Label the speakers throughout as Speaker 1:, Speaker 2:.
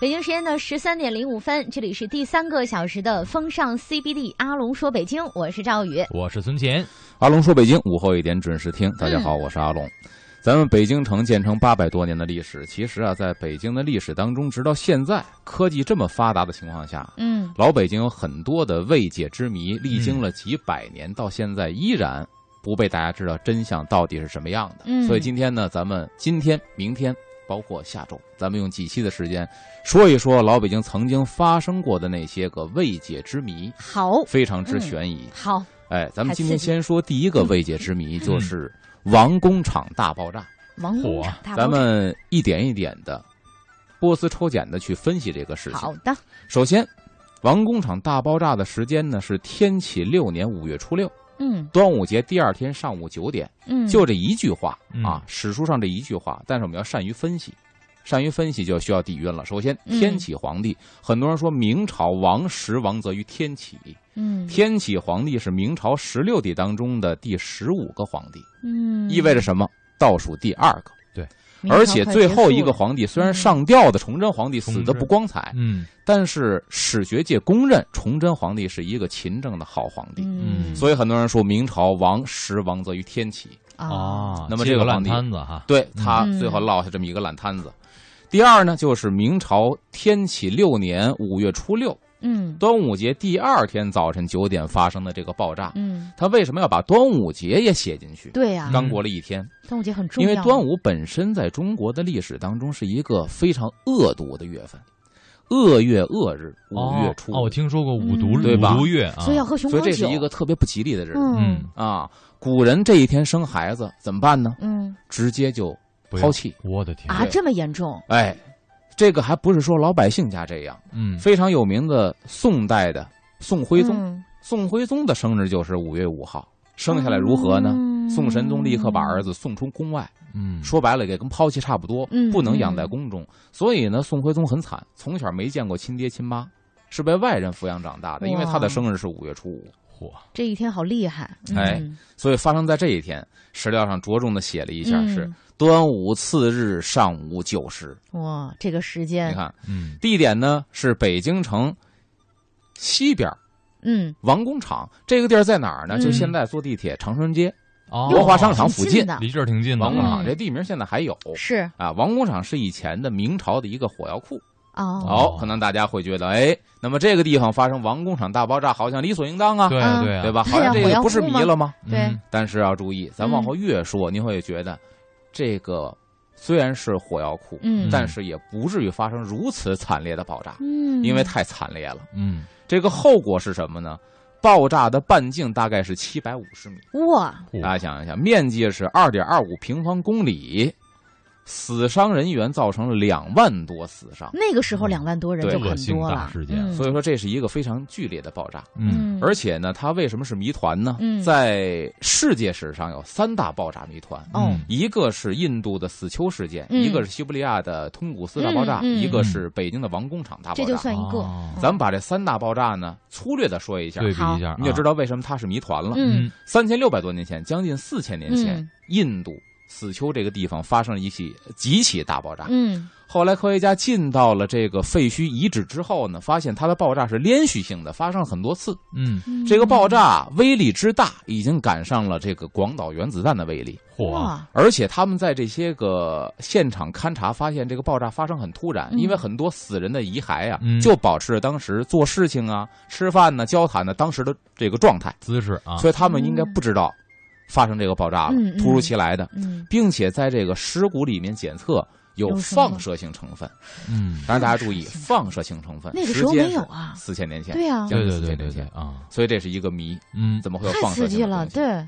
Speaker 1: 北京时间的十三点零五分，这里是第三个小时的风尚 CBD，阿龙说北京，我是赵宇。
Speaker 2: 我是孙乾，
Speaker 3: 阿龙说：“北京午后一点准时听。”大家好，我是阿龙。咱们北京城建成八百多年的历史，其实啊，在北京的历史当中，直到现在科技这么发达的情况下，
Speaker 1: 嗯，
Speaker 3: 老北京有很多的未解之谜，历经了几百年，到现在依然不被大家知道真相到底是什么样的。
Speaker 1: 嗯
Speaker 3: 所以今天呢，咱们今天、明天，包括下周，咱们用几期的时间说一说老北京曾经发生过的那些个未解之谜，
Speaker 1: 好，
Speaker 3: 非常之悬疑。
Speaker 1: 好，
Speaker 3: 哎，咱们
Speaker 1: 太
Speaker 3: 今
Speaker 1: 刺
Speaker 3: 天
Speaker 1: 激
Speaker 3: 先说第一个未解之谜，就是王工厂大爆炸。
Speaker 1: 王工厂大爆炸
Speaker 3: 咱们一点一点的波斯抽检的去分析这个事情。
Speaker 1: 好的，
Speaker 3: 首先，王工厂大爆炸的时间呢是天启六年五月初六，
Speaker 1: 嗯
Speaker 3: 端午节第二天上午九点。
Speaker 1: 嗯，
Speaker 3: 就这一句话
Speaker 2: 嗯
Speaker 3: 啊，史书上这一句话，但是我们要善于分析。善于分析就需要底蕴了。首先，
Speaker 1: 嗯
Speaker 3: 天启皇帝，很多人说明朝亡时亡则于天启，
Speaker 1: 嗯
Speaker 3: 天启皇帝是明朝十六帝当中的第十五个皇帝，
Speaker 1: 嗯，
Speaker 3: 意味着什么？倒数第二个。
Speaker 1: 明朝
Speaker 3: 而且
Speaker 1: 快
Speaker 3: 最
Speaker 1: 结
Speaker 3: 后
Speaker 1: 束
Speaker 3: 一个
Speaker 1: 了
Speaker 3: 皇帝虽然上吊的崇祯皇帝死
Speaker 2: 崇
Speaker 3: 的
Speaker 2: 祯
Speaker 3: 不光彩，
Speaker 2: 嗯
Speaker 3: 但是史学界公认崇祯皇帝是一个勤政的好皇帝。
Speaker 1: 嗯，
Speaker 2: 嗯
Speaker 3: 所以很多人说明朝亡时亡则于天启，
Speaker 1: 啊，
Speaker 3: 那么这
Speaker 2: 接
Speaker 3: 哦个皇
Speaker 2: 烂
Speaker 3: 帝
Speaker 2: 摊子哈，
Speaker 3: 对他
Speaker 1: 嗯
Speaker 3: 最后落下这么一个烂摊子。第二呢，就是明朝天启六年五月初六，
Speaker 1: 嗯
Speaker 3: 端午节第二天早晨九点发生的这个爆炸，
Speaker 1: 嗯，
Speaker 3: 他为什么要把端午节也写进去？
Speaker 1: 对呀，
Speaker 3: 刚过了一天，
Speaker 1: 端午节很嗯重
Speaker 3: 因
Speaker 1: 要，
Speaker 3: 为端午本身在中国的历史当中是一个非常恶毒的月份，恶月恶日，五
Speaker 2: 哦
Speaker 3: 月初五，
Speaker 2: 哦，我听说过五毒
Speaker 1: 嗯
Speaker 3: 对吧
Speaker 2: 五毒月啊，
Speaker 1: 所以要喝雄
Speaker 3: 所以
Speaker 1: 黄酒，
Speaker 3: 这是一个特别不吉利的日子、
Speaker 1: 嗯
Speaker 2: 嗯
Speaker 3: 啊。古人这一天生孩子怎么办呢？
Speaker 1: 嗯
Speaker 3: 直接就
Speaker 2: 不要
Speaker 3: 抛弃。
Speaker 2: 我的天，
Speaker 1: 啊，
Speaker 3: 对
Speaker 1: 这么严重，
Speaker 3: 哎，这个还不是说老百姓家这样，
Speaker 2: 嗯，
Speaker 3: 非常有名的宋代的宋徽宗，
Speaker 1: 嗯
Speaker 3: 宋徽宗的生日就是五月五号，生下来如何呢？
Speaker 1: 嗯
Speaker 3: 宋神宗立刻把儿子送出宫外，
Speaker 2: 嗯
Speaker 3: 说白了也跟抛弃差不多
Speaker 1: 嗯，
Speaker 3: 不能养在宫中。所以呢，宋徽宗很惨，从小没见过亲爹亲妈，是被外人抚养长大的。因为
Speaker 1: 哇
Speaker 3: 他的生日是五月初五，
Speaker 2: 火，
Speaker 1: 这一天好厉害，嗯
Speaker 3: 哎所以发生在这一天。史料上着重的写了一下是
Speaker 1: 嗯
Speaker 3: 端午次日上午九时。
Speaker 1: 哇，这个时间
Speaker 3: 你，看
Speaker 2: 嗯
Speaker 3: 地点呢是北京城西边儿
Speaker 1: 嗯，
Speaker 3: 王工厂这个地儿在哪儿呢？就
Speaker 1: 嗯
Speaker 3: 现在坐地铁长春街
Speaker 2: 哦，
Speaker 3: 国华商场
Speaker 1: 挺
Speaker 3: 附
Speaker 1: 近
Speaker 3: 近
Speaker 1: 的
Speaker 2: 离这儿挺近的，
Speaker 3: 王工厂
Speaker 1: 嗯
Speaker 3: 这地名现在还有
Speaker 1: 是
Speaker 3: 啊。王工厂是以前的明朝的一个火药库。
Speaker 1: 哦，
Speaker 3: 哦
Speaker 2: 哦，
Speaker 3: 可能大家会觉得，哎，那么这个地方发生王工厂大爆炸，好像理所应当啊，
Speaker 2: 对
Speaker 1: 啊
Speaker 2: 啊对啊，
Speaker 3: 对？吧？
Speaker 1: 对啊
Speaker 3: 好像这
Speaker 1: 火药库
Speaker 3: 个不是谜了吗？
Speaker 1: 对
Speaker 2: 嗯
Speaker 3: 但是要注意，咱往后越说，您会觉得，这个虽然是火药库，
Speaker 1: 嗯
Speaker 3: 但是也不至于发生如此惨烈的爆炸，
Speaker 1: 嗯，
Speaker 3: 因为太惨烈了。
Speaker 2: 嗯，
Speaker 3: 这个后果是什么呢？爆炸的半径大概是七百五十米，
Speaker 1: 哇，
Speaker 2: 嚯
Speaker 3: 大家想一想，面积是二点二五平方公里，死伤人员造成了两万多死伤，
Speaker 1: 那个时候两万多人
Speaker 3: 对
Speaker 1: 就很
Speaker 2: 恶性
Speaker 1: 多了
Speaker 2: 大，事件
Speaker 1: 嗯
Speaker 3: 所以说这是一个非常剧烈的爆炸。
Speaker 2: 嗯
Speaker 3: 而且呢，它为什么是谜团呢？
Speaker 1: 嗯
Speaker 3: 在世界史上有三大爆炸谜团，
Speaker 1: 哦
Speaker 2: 嗯
Speaker 3: 一个是印度的死丘事件，
Speaker 1: 嗯
Speaker 3: 一个是西伯利亚的通古斯大爆炸，
Speaker 1: 嗯嗯
Speaker 3: 一个是北京的王工厂大爆
Speaker 1: 这
Speaker 3: 炸。啊
Speaker 1: 就算一个
Speaker 2: 哦，
Speaker 3: 咱们把这三大爆炸呢粗略的说一下，
Speaker 2: 对啊比一下，
Speaker 3: 你就知
Speaker 2: 道，
Speaker 3: 道为什么它是谜团了。
Speaker 1: 嗯
Speaker 2: 嗯
Speaker 3: 三千六百多年前，将近四千年前，
Speaker 1: 嗯
Speaker 3: 印度死丘这个地方发生了一起几起大爆炸。
Speaker 1: 嗯
Speaker 3: 后来科学家进到了这个废墟遗址之后呢，发现它的爆炸是连续性的，发生了很多次。
Speaker 2: 嗯，
Speaker 1: 嗯，
Speaker 3: 这个爆炸威力之大，已经赶上了这个广岛原子弹的威力。
Speaker 2: 火，
Speaker 1: 哇，
Speaker 3: 而且他们在这些个现场勘察，发现这个爆炸发生很突然，
Speaker 1: 嗯
Speaker 3: 因为很多死人的遗骸啊，
Speaker 2: 嗯
Speaker 3: 就保持着当时做事情啊、吃饭呢、交谈呢当时的这个状态，
Speaker 2: 姿势啊，
Speaker 3: 所以他们应该不知道发生这个爆炸了，
Speaker 1: 嗯嗯
Speaker 3: 突如其来的，
Speaker 1: 嗯，
Speaker 3: 并且在这个尸骨里面检测有
Speaker 1: 有什么
Speaker 3: 放射性成分。
Speaker 2: 嗯，
Speaker 3: 当然，大家注意
Speaker 1: 放
Speaker 3: 放射性成分，
Speaker 1: 那个时候没有啊
Speaker 3: 四千年前，
Speaker 1: 对呀，
Speaker 3: 将
Speaker 2: 对
Speaker 3: 近
Speaker 2: 对对对
Speaker 3: 4000年
Speaker 2: 对
Speaker 3: 前，
Speaker 2: 啊，
Speaker 3: 所以这是一个谜。
Speaker 2: 嗯
Speaker 3: 怎么会有
Speaker 1: 太
Speaker 3: 放射
Speaker 1: 刺
Speaker 3: 性
Speaker 1: 激
Speaker 3: 的
Speaker 1: 了，
Speaker 3: 东西
Speaker 1: 对，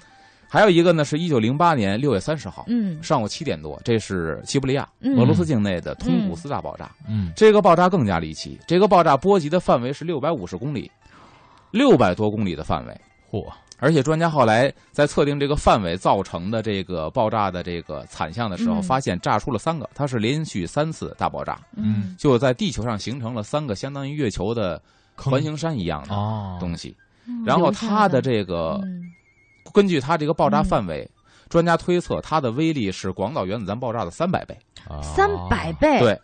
Speaker 3: 还有一个呢，是一九零八年六月三十号、
Speaker 1: 嗯
Speaker 3: 上午七点多，这是西伯利亚、
Speaker 1: 嗯
Speaker 3: 俄罗斯境内的通古斯大爆炸。
Speaker 2: 嗯
Speaker 3: 这个爆炸更加离奇，这个爆炸波及的范围是六百五十公里，六百多公里的范围。
Speaker 2: 嚯，
Speaker 3: 而且专家后来在测定这个范围造成的这个爆炸的这个惨象的时候，
Speaker 1: 嗯
Speaker 3: 发现炸出了三个，它是连续三次大爆炸，
Speaker 1: 嗯
Speaker 2: 嗯
Speaker 3: 就在地球上形成了三个相当于月球的
Speaker 2: 坑
Speaker 3: 环形山一样的
Speaker 2: 哦，
Speaker 3: 东西。
Speaker 1: 嗯
Speaker 3: 然后
Speaker 1: 留下
Speaker 3: 它
Speaker 1: 了
Speaker 3: 的这个
Speaker 1: 嗯
Speaker 3: 根据它这个爆炸范围，专家推测它的威力是广岛原子弹爆炸的三百倍。
Speaker 2: 啊
Speaker 1: 三百倍，
Speaker 3: 对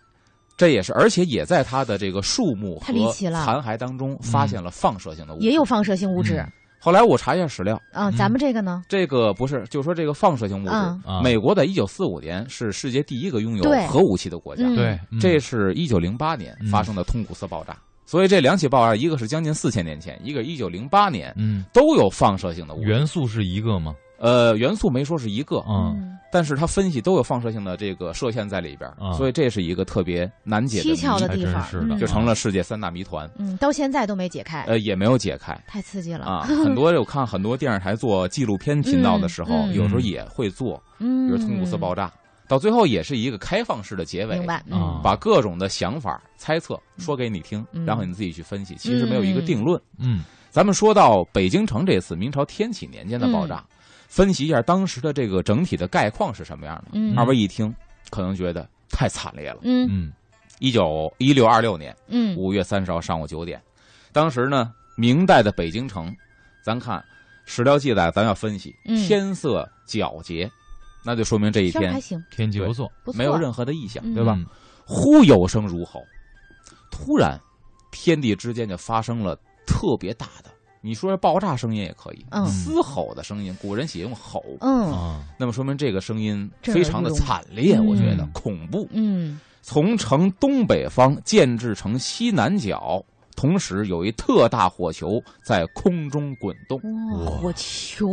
Speaker 3: 这也是，而且也在它的这个树木
Speaker 1: 太
Speaker 3: 和
Speaker 1: 离奇了
Speaker 3: 残骸当中发现了放射性的物质。
Speaker 1: 也有放射性物质
Speaker 2: 嗯
Speaker 3: 后来我查一下史料，
Speaker 1: 啊。咱们这个呢，
Speaker 3: 这个不是，就说这个放射性物质，
Speaker 1: 嗯
Speaker 2: 啊
Speaker 3: 美国在一九四五年是世界第一个拥有
Speaker 1: 对
Speaker 3: 核武器的国家，
Speaker 1: 嗯
Speaker 2: 对，嗯
Speaker 3: 这是一九零八年
Speaker 2: 嗯
Speaker 3: 发生的通古斯爆炸。所以这两起爆炸，一个是将近四千年前，一个一九零八年，
Speaker 2: 嗯，
Speaker 3: 都有放射性的物质。
Speaker 2: 元素是一个吗？
Speaker 3: 呃，元素没说是一个，
Speaker 2: 啊，
Speaker 1: 嗯
Speaker 3: 但是它分析都有放射性的这个射线在里边儿，
Speaker 2: 啊
Speaker 3: 所以这是一个特别难解的
Speaker 1: 蹊跷
Speaker 3: 谜
Speaker 1: 的
Speaker 2: 还
Speaker 1: 地
Speaker 2: 真
Speaker 1: 方，
Speaker 2: 是的
Speaker 1: 嗯
Speaker 3: 就成了世界三大谜团，
Speaker 1: 嗯，到现在都没解开，
Speaker 3: 呃，也没有解开。
Speaker 1: 太刺激了
Speaker 3: 啊，很多我看很多电视台做纪录片频道的时候，
Speaker 1: 嗯嗯
Speaker 3: 有时候也会做，比
Speaker 1: 嗯，
Speaker 3: 如通古斯爆炸，到最后也是一个开放式的结尾
Speaker 1: 明，白
Speaker 2: 啊
Speaker 3: 把各种的想法、猜测说给你听，
Speaker 1: 嗯
Speaker 3: 然后你自己去分析，其实没有一个定论。
Speaker 2: 嗯
Speaker 3: 咱们说到北京城这次明朝天启年间的爆炸，
Speaker 1: 嗯
Speaker 3: 分析一下当时的这个整体的概况是什么样的。
Speaker 1: 嗯
Speaker 3: 二位一听，可能觉得太惨烈了。
Speaker 1: 嗯
Speaker 2: 嗯
Speaker 3: 一九一六二六年
Speaker 1: 嗯
Speaker 3: 五月三十号上午九点，当时呢，明代的北京城，咱看史料记载，咱要分析
Speaker 1: 嗯
Speaker 3: 天色皎洁，那就说明这一
Speaker 1: 这样还
Speaker 3: 天
Speaker 1: 行，
Speaker 2: 天气不错，
Speaker 1: 不错，
Speaker 3: 没有任何的异象，
Speaker 1: 嗯
Speaker 3: 对吧？
Speaker 2: 嗯？
Speaker 3: 忽有声如吼，突然，天地之间就发生了特别大的，你说是爆炸声音也可以，
Speaker 1: 嗯
Speaker 3: 嘶吼的声音，古人喜用吼，
Speaker 1: 嗯
Speaker 2: 啊，
Speaker 3: 那么说明这个声音
Speaker 1: 震耳
Speaker 3: 非常的惨
Speaker 1: 欲
Speaker 3: 烈，
Speaker 1: 聋
Speaker 3: 我觉得
Speaker 2: 嗯
Speaker 3: 恐怖。
Speaker 1: 嗯
Speaker 3: 从城东北方建制城西南角，同时有一特大火球在空中滚动，
Speaker 1: 哇，
Speaker 2: 哇
Speaker 1: 火球，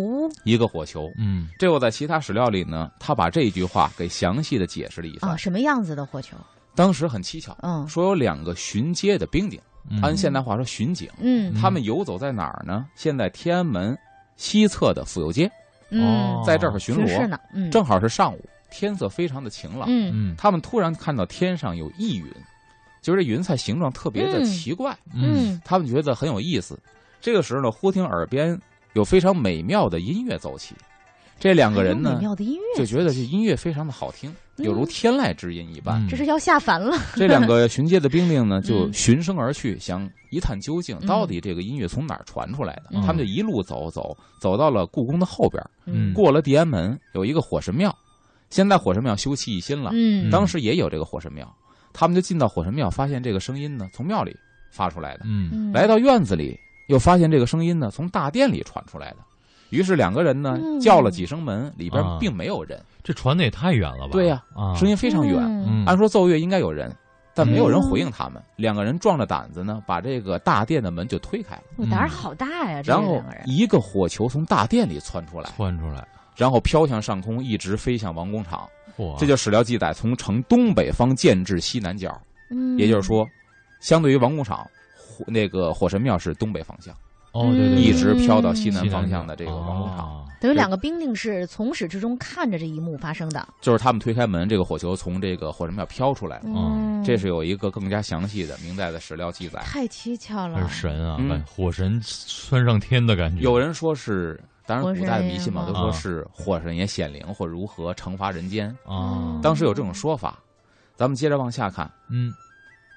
Speaker 3: 一个火球。
Speaker 2: 嗯
Speaker 3: 这我在其他史料里呢，他把这一句话给详细的解释了一番。
Speaker 1: 啊，什么样子的火球？
Speaker 3: 当时很蹊跷，
Speaker 1: 嗯
Speaker 3: 说有两个巡街的兵警，
Speaker 2: 嗯
Speaker 3: 按现代话说巡警，
Speaker 1: 嗯
Speaker 3: 他们游走在哪儿呢？现在天安门西侧的府右街，
Speaker 1: 嗯
Speaker 2: 哦，
Speaker 3: 在这儿巡
Speaker 1: 巡视
Speaker 3: 逻，
Speaker 1: 呢，嗯，
Speaker 3: 正好是上午，天色非常的晴朗。
Speaker 1: 嗯
Speaker 2: 嗯
Speaker 3: 他们突然看到天上有异云，就是这云彩形状特别的
Speaker 1: 嗯
Speaker 3: 奇怪。
Speaker 1: 嗯
Speaker 3: 他们觉得很有意思。这个时候呢，忽听耳边有非常美妙的音乐奏起，这两个人
Speaker 1: 哎很有
Speaker 3: 呢
Speaker 1: 美妙的音乐
Speaker 3: 就，觉得这音乐非常的好听，
Speaker 1: 嗯
Speaker 3: 有如天籁之音一般。
Speaker 2: 嗯
Speaker 1: 这是要下凡了，
Speaker 3: 这两个巡街的兵 令呢，就
Speaker 1: 嗯
Speaker 3: 循声而去，想一探究竟，
Speaker 1: 嗯
Speaker 3: 到底这个音乐从哪儿传出来的？
Speaker 1: 嗯
Speaker 3: 他们就一路走走，走到了故宫的后边，
Speaker 2: 嗯
Speaker 3: 过了地安门，有一个火神庙，现在火神庙修葺一新了，
Speaker 1: 嗯，
Speaker 3: 当时也有这个火神庙，他们就进到火神庙，发现这个声音呢从庙里发出来的。
Speaker 2: 嗯
Speaker 1: 嗯
Speaker 3: 来到院子里，又发现这个声音呢从大殿里传出来的。于是两个人呢
Speaker 1: 嗯
Speaker 3: 叫了几声门，里边
Speaker 2: 啊
Speaker 3: 并没有人，
Speaker 2: 这传的也太远了吧？
Speaker 3: 对呀
Speaker 2: 啊，
Speaker 3: 声音非常远。
Speaker 1: 嗯
Speaker 2: 嗯
Speaker 3: 按说奏乐应该有人，但没有人
Speaker 1: 嗯
Speaker 3: 回应他们。两个人壮着胆子呢，把这个大殿的门就推开了，
Speaker 1: 我哦胆儿好大呀，这
Speaker 3: 然后
Speaker 1: 两个人，
Speaker 3: 一个火球从大殿里窜出来，
Speaker 2: 窜出来，
Speaker 3: 然后飘向上空，一直飞向王工厂。
Speaker 2: 哇，
Speaker 3: 这就史料记载，从城东北方建至西南角，
Speaker 1: 嗯
Speaker 3: 也就是，说，相对于王工厂。火那个火神庙是东北方向，
Speaker 2: 哦，对对，对啊
Speaker 3: 一直飘到西
Speaker 1: 嗯
Speaker 3: 南方向的这个王工
Speaker 2: 哦
Speaker 3: 厂，，
Speaker 1: 等于两个兵令是从始至终看着这一幕发生的，
Speaker 3: 就是他们推开门，这个火球从这个火神庙飘出来了。
Speaker 1: 嗯，
Speaker 3: 哦这是有一个更加详细的明代的史料记载。
Speaker 1: 太蹊跷
Speaker 2: 西南
Speaker 1: 了
Speaker 2: 角，神啊
Speaker 3: 嗯，
Speaker 2: 感火神窜上天的感觉，
Speaker 3: 有人说是，当然古代迷信嘛，
Speaker 1: 火神爷
Speaker 3: 都
Speaker 1: 吗
Speaker 3: 说是火神爷显灵或如何惩罚人间，
Speaker 2: 啊，
Speaker 3: 嗯当时有这种说法。咱们接着往下看，
Speaker 2: 嗯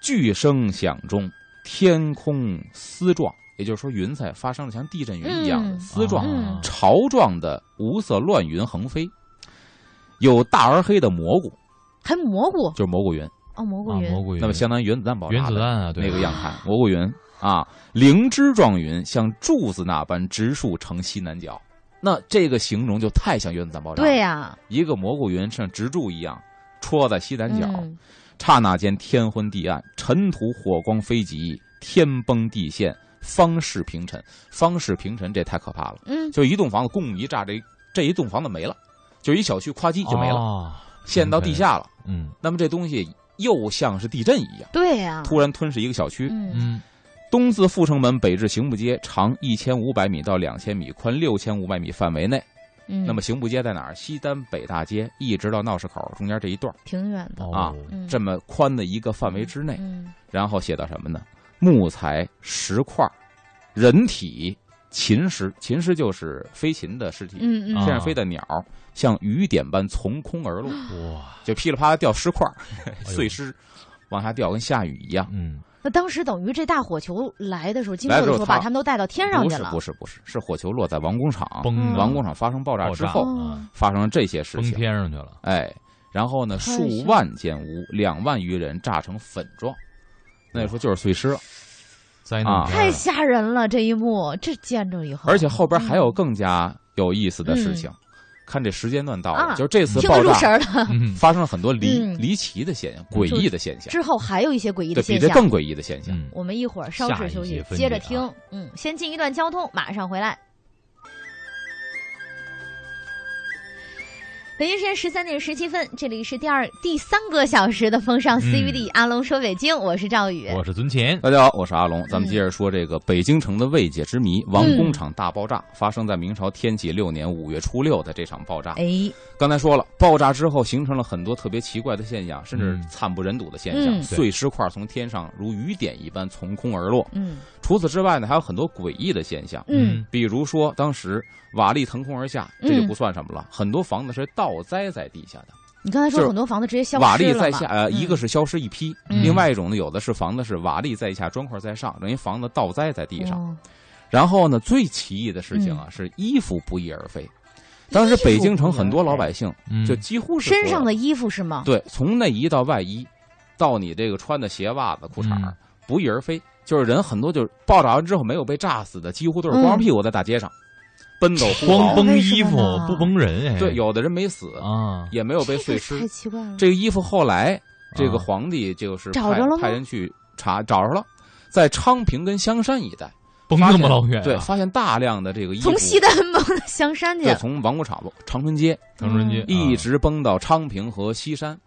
Speaker 3: 巨声响中，天空丝状，也就是说云彩发生了像地震云一样的
Speaker 1: 嗯
Speaker 3: 丝状、
Speaker 2: 啊
Speaker 1: 嗯
Speaker 3: 潮状的无色乱云横飞，有大而黑的蘑菇，
Speaker 1: 还蘑菇
Speaker 3: 就是蘑菇云，
Speaker 1: 哦，蘑菇
Speaker 2: 啊
Speaker 1: 云，
Speaker 2: 蘑菇云，
Speaker 3: 那么相当于原子弹爆炸
Speaker 2: 原
Speaker 3: 的
Speaker 2: 子弹啊，对
Speaker 3: 那个样态，蘑菇云啊，灵芝状云像柱子那般直竖呈西南角。那这个形容就太像原子弹爆炸了，
Speaker 1: 对呀，
Speaker 3: 一个蘑菇云像直柱一样戳在西南角，
Speaker 1: 嗯
Speaker 3: 刹那间天昏地暗，尘土火光飞急，天崩地陷，方室平沉。方室平沉这太可怕了，
Speaker 1: 嗯，
Speaker 3: 就一栋房子咣一炸，这这一栋房子没了，就一小区夸叽就没
Speaker 1: 嗯
Speaker 3: 了，
Speaker 2: 了，
Speaker 3: 陷到地下了。
Speaker 2: 啊嗯
Speaker 3: 那么这东西又像是地震一样，
Speaker 1: 对呀，
Speaker 3: 突然吞噬一个小区。
Speaker 1: 嗯
Speaker 2: 嗯
Speaker 3: 东自阜成门，北至刑部街，长一千五百米到两千米，宽六千五百米范围内。
Speaker 1: 嗯，
Speaker 3: 那么刑部街在哪儿？西单北大街一直到闹市口中间这一段儿，
Speaker 1: 挺远的，
Speaker 2: 哦
Speaker 3: 啊
Speaker 1: 嗯
Speaker 3: 这么宽的一个范围之内。
Speaker 1: 嗯
Speaker 3: 然后写到什么呢？木材、石块、人体、禽尸，禽尸就是飞禽的尸体，
Speaker 1: 嗯嗯
Speaker 2: 啊
Speaker 3: 天上飞的鸟，像雨点般从空而落，
Speaker 1: 啊
Speaker 2: 哦哇，
Speaker 3: 就噼里啪啦掉尸块儿、
Speaker 2: 哎呦
Speaker 3: 碎尸，往下掉，跟下雨一样。
Speaker 2: 嗯
Speaker 1: 那当时等于这大火球来的时候，经过
Speaker 3: 来的
Speaker 1: 的
Speaker 3: 时候
Speaker 1: 时候，把
Speaker 3: 它
Speaker 1: 他们都带到天上
Speaker 3: 不
Speaker 1: 去
Speaker 3: 是
Speaker 1: 了。
Speaker 3: 不是不是，是火球落在王工厂，
Speaker 2: 崩
Speaker 1: 嗯
Speaker 2: 的
Speaker 3: 王工厂发生爆炸
Speaker 2: 爆
Speaker 3: 之
Speaker 2: 炸
Speaker 3: 后，
Speaker 1: 哦
Speaker 2: 啊
Speaker 3: 发生了这些事
Speaker 2: 崩
Speaker 3: 情。
Speaker 2: 天上去了，
Speaker 3: 哎，然后呢，
Speaker 1: 太
Speaker 3: 数
Speaker 1: 深
Speaker 3: 万间屋，两万余人炸成粉状。那你说就是碎尸了，
Speaker 2: 灾难
Speaker 3: 啊
Speaker 2: 片儿
Speaker 1: 太吓人了这一幕，这见着以后，
Speaker 3: 而且后边
Speaker 1: 嗯
Speaker 3: 还有更加有意思的事情。看这时间段到了，
Speaker 1: 啊
Speaker 3: 就是这次
Speaker 1: 听
Speaker 3: 爆
Speaker 1: 得入神
Speaker 3: 炸
Speaker 1: 儿了。
Speaker 2: 嗯
Speaker 3: 发生了很多离、
Speaker 1: 嗯
Speaker 3: 离奇的现象、诡异的现象，
Speaker 1: 之后还有一些诡异的
Speaker 3: 对比
Speaker 1: 现
Speaker 3: 这
Speaker 1: 象，
Speaker 3: 更诡异的现象。
Speaker 2: 嗯，
Speaker 1: 我们一会儿稍
Speaker 2: 下
Speaker 1: 事
Speaker 2: 一
Speaker 1: 休
Speaker 2: 节
Speaker 1: 息，
Speaker 2: 分
Speaker 1: 接
Speaker 2: 解
Speaker 1: 着
Speaker 2: 啊
Speaker 1: 听。嗯，先进一段交通，马上回来。北京时间十三点十七分，这里是第二第三个小时的风尚
Speaker 2: 嗯
Speaker 1: CBD，、阿龙说北京，我是赵宇。
Speaker 2: 我是尊前，
Speaker 3: 大家好，我是阿龙，咱们
Speaker 1: 嗯
Speaker 3: 接着说这个北京城的未解之谜——王工厂大爆炸，发生在明朝天启六年五月初六的这场爆炸。
Speaker 1: 哎，
Speaker 3: 刚才说了，爆炸之后形成了很多特别奇怪的现象，甚至
Speaker 2: 嗯
Speaker 3: 惨不忍睹的现象，
Speaker 1: 嗯
Speaker 3: 碎尸块从天上如雨点一般从空而落。
Speaker 1: 嗯
Speaker 3: 除此之外呢，还有很多诡异的现象。
Speaker 1: 嗯，
Speaker 3: 比如说，当时瓦砾腾空而下，
Speaker 1: 嗯
Speaker 3: 这就不算什么了。很多房子是倒栽在地下的，
Speaker 1: 你刚才
Speaker 3: 就
Speaker 1: 说
Speaker 3: 是
Speaker 1: 很多房子直接消失了
Speaker 3: 瓦砾在
Speaker 1: 嘛
Speaker 3: 下，呃，
Speaker 1: 嗯
Speaker 3: 一个是消失一批，
Speaker 1: 嗯
Speaker 3: 另外一种呢，有的是房子是瓦砾在下，砖块在上，等于房子倒栽在地上。
Speaker 1: 哦嗯
Speaker 3: 然后呢，最奇异的事情啊，是衣服不翼而飞。当时北京城很多老百姓
Speaker 2: 嗯
Speaker 3: 就几乎是所有
Speaker 1: 身上的衣服是吗？
Speaker 3: 对，从内衣到外衣，到你这个穿的鞋、袜子、裤衩儿
Speaker 2: 嗯，
Speaker 3: 不翼而飞。就是人很多，就是爆炸完之后没有被炸死的，几乎都是
Speaker 1: 嗯
Speaker 3: 光着屁股在大街上、奔走互
Speaker 2: 光
Speaker 3: 挠。
Speaker 2: 崩衣服
Speaker 1: 为什么呢
Speaker 2: 不崩人，哎，
Speaker 3: 对，有的人没死，
Speaker 2: 啊，
Speaker 3: 也没有被
Speaker 1: 这
Speaker 3: 碎
Speaker 1: 个
Speaker 3: 尸
Speaker 1: 太。奇怪了。
Speaker 3: 这个衣服后来这个
Speaker 2: 啊
Speaker 3: 皇帝就是
Speaker 1: 找着
Speaker 3: 派
Speaker 1: 了吗
Speaker 3: 派人去查，找着了，在昌平跟香山一带，
Speaker 2: 崩
Speaker 3: 发
Speaker 2: 那
Speaker 3: 现
Speaker 2: 么老远啊，
Speaker 3: 对，发现大量的这个衣服
Speaker 1: 从西单蹦到 香山去
Speaker 3: 对，，从王工厂路长春街
Speaker 2: 长春街
Speaker 3: 嗯
Speaker 2: 啊
Speaker 3: 一直崩到昌平和西山。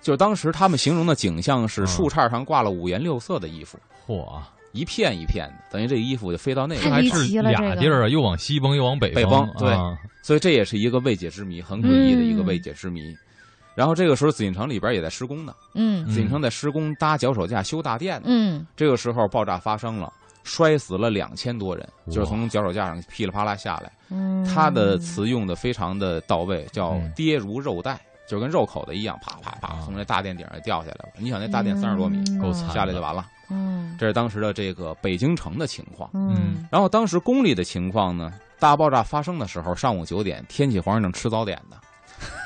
Speaker 3: 就是当时他们形容的景象是
Speaker 2: 嗯
Speaker 3: 树杈上挂了五颜六色的衣服，
Speaker 2: 嚯啊，
Speaker 3: 一片一片的，等于这个衣服就飞到那
Speaker 2: 这
Speaker 1: 太
Speaker 3: 个。
Speaker 2: 还
Speaker 1: 离
Speaker 2: 是
Speaker 1: 奇了这
Speaker 2: 俩
Speaker 1: 个
Speaker 2: 地儿啊，又往西崩，又往北
Speaker 3: 北崩对
Speaker 2: 啊
Speaker 3: 所以这也是一个未解之谜，很诡异的一
Speaker 1: 嗯
Speaker 3: 个未解之谜。然后这个时候紫禁城里边也在施工呢，
Speaker 1: 嗯
Speaker 2: 嗯
Speaker 3: 紫禁城在施工搭脚手架修大殿呢。
Speaker 1: 嗯，
Speaker 3: 这个时候爆炸发生了，摔死了两千多人，
Speaker 2: 哇
Speaker 3: 就是从脚手架上噼里啪啦下来。
Speaker 1: 嗯
Speaker 3: 它的词用的非常的到位，叫
Speaker 2: 嗯
Speaker 3: “跌如肉带”，就是跟肉口的一样，啪啪啪
Speaker 2: 啊
Speaker 3: 从那大殿顶上掉下来了。你想那大殿三十多米，
Speaker 2: 够惨
Speaker 3: 下来就完了。
Speaker 1: 嗯
Speaker 3: 这是当时的这个北京城的情况。
Speaker 1: 嗯
Speaker 3: 然后当时宫里的情况呢，大爆炸发生的时候，上午九点，天启皇上正吃早点呢，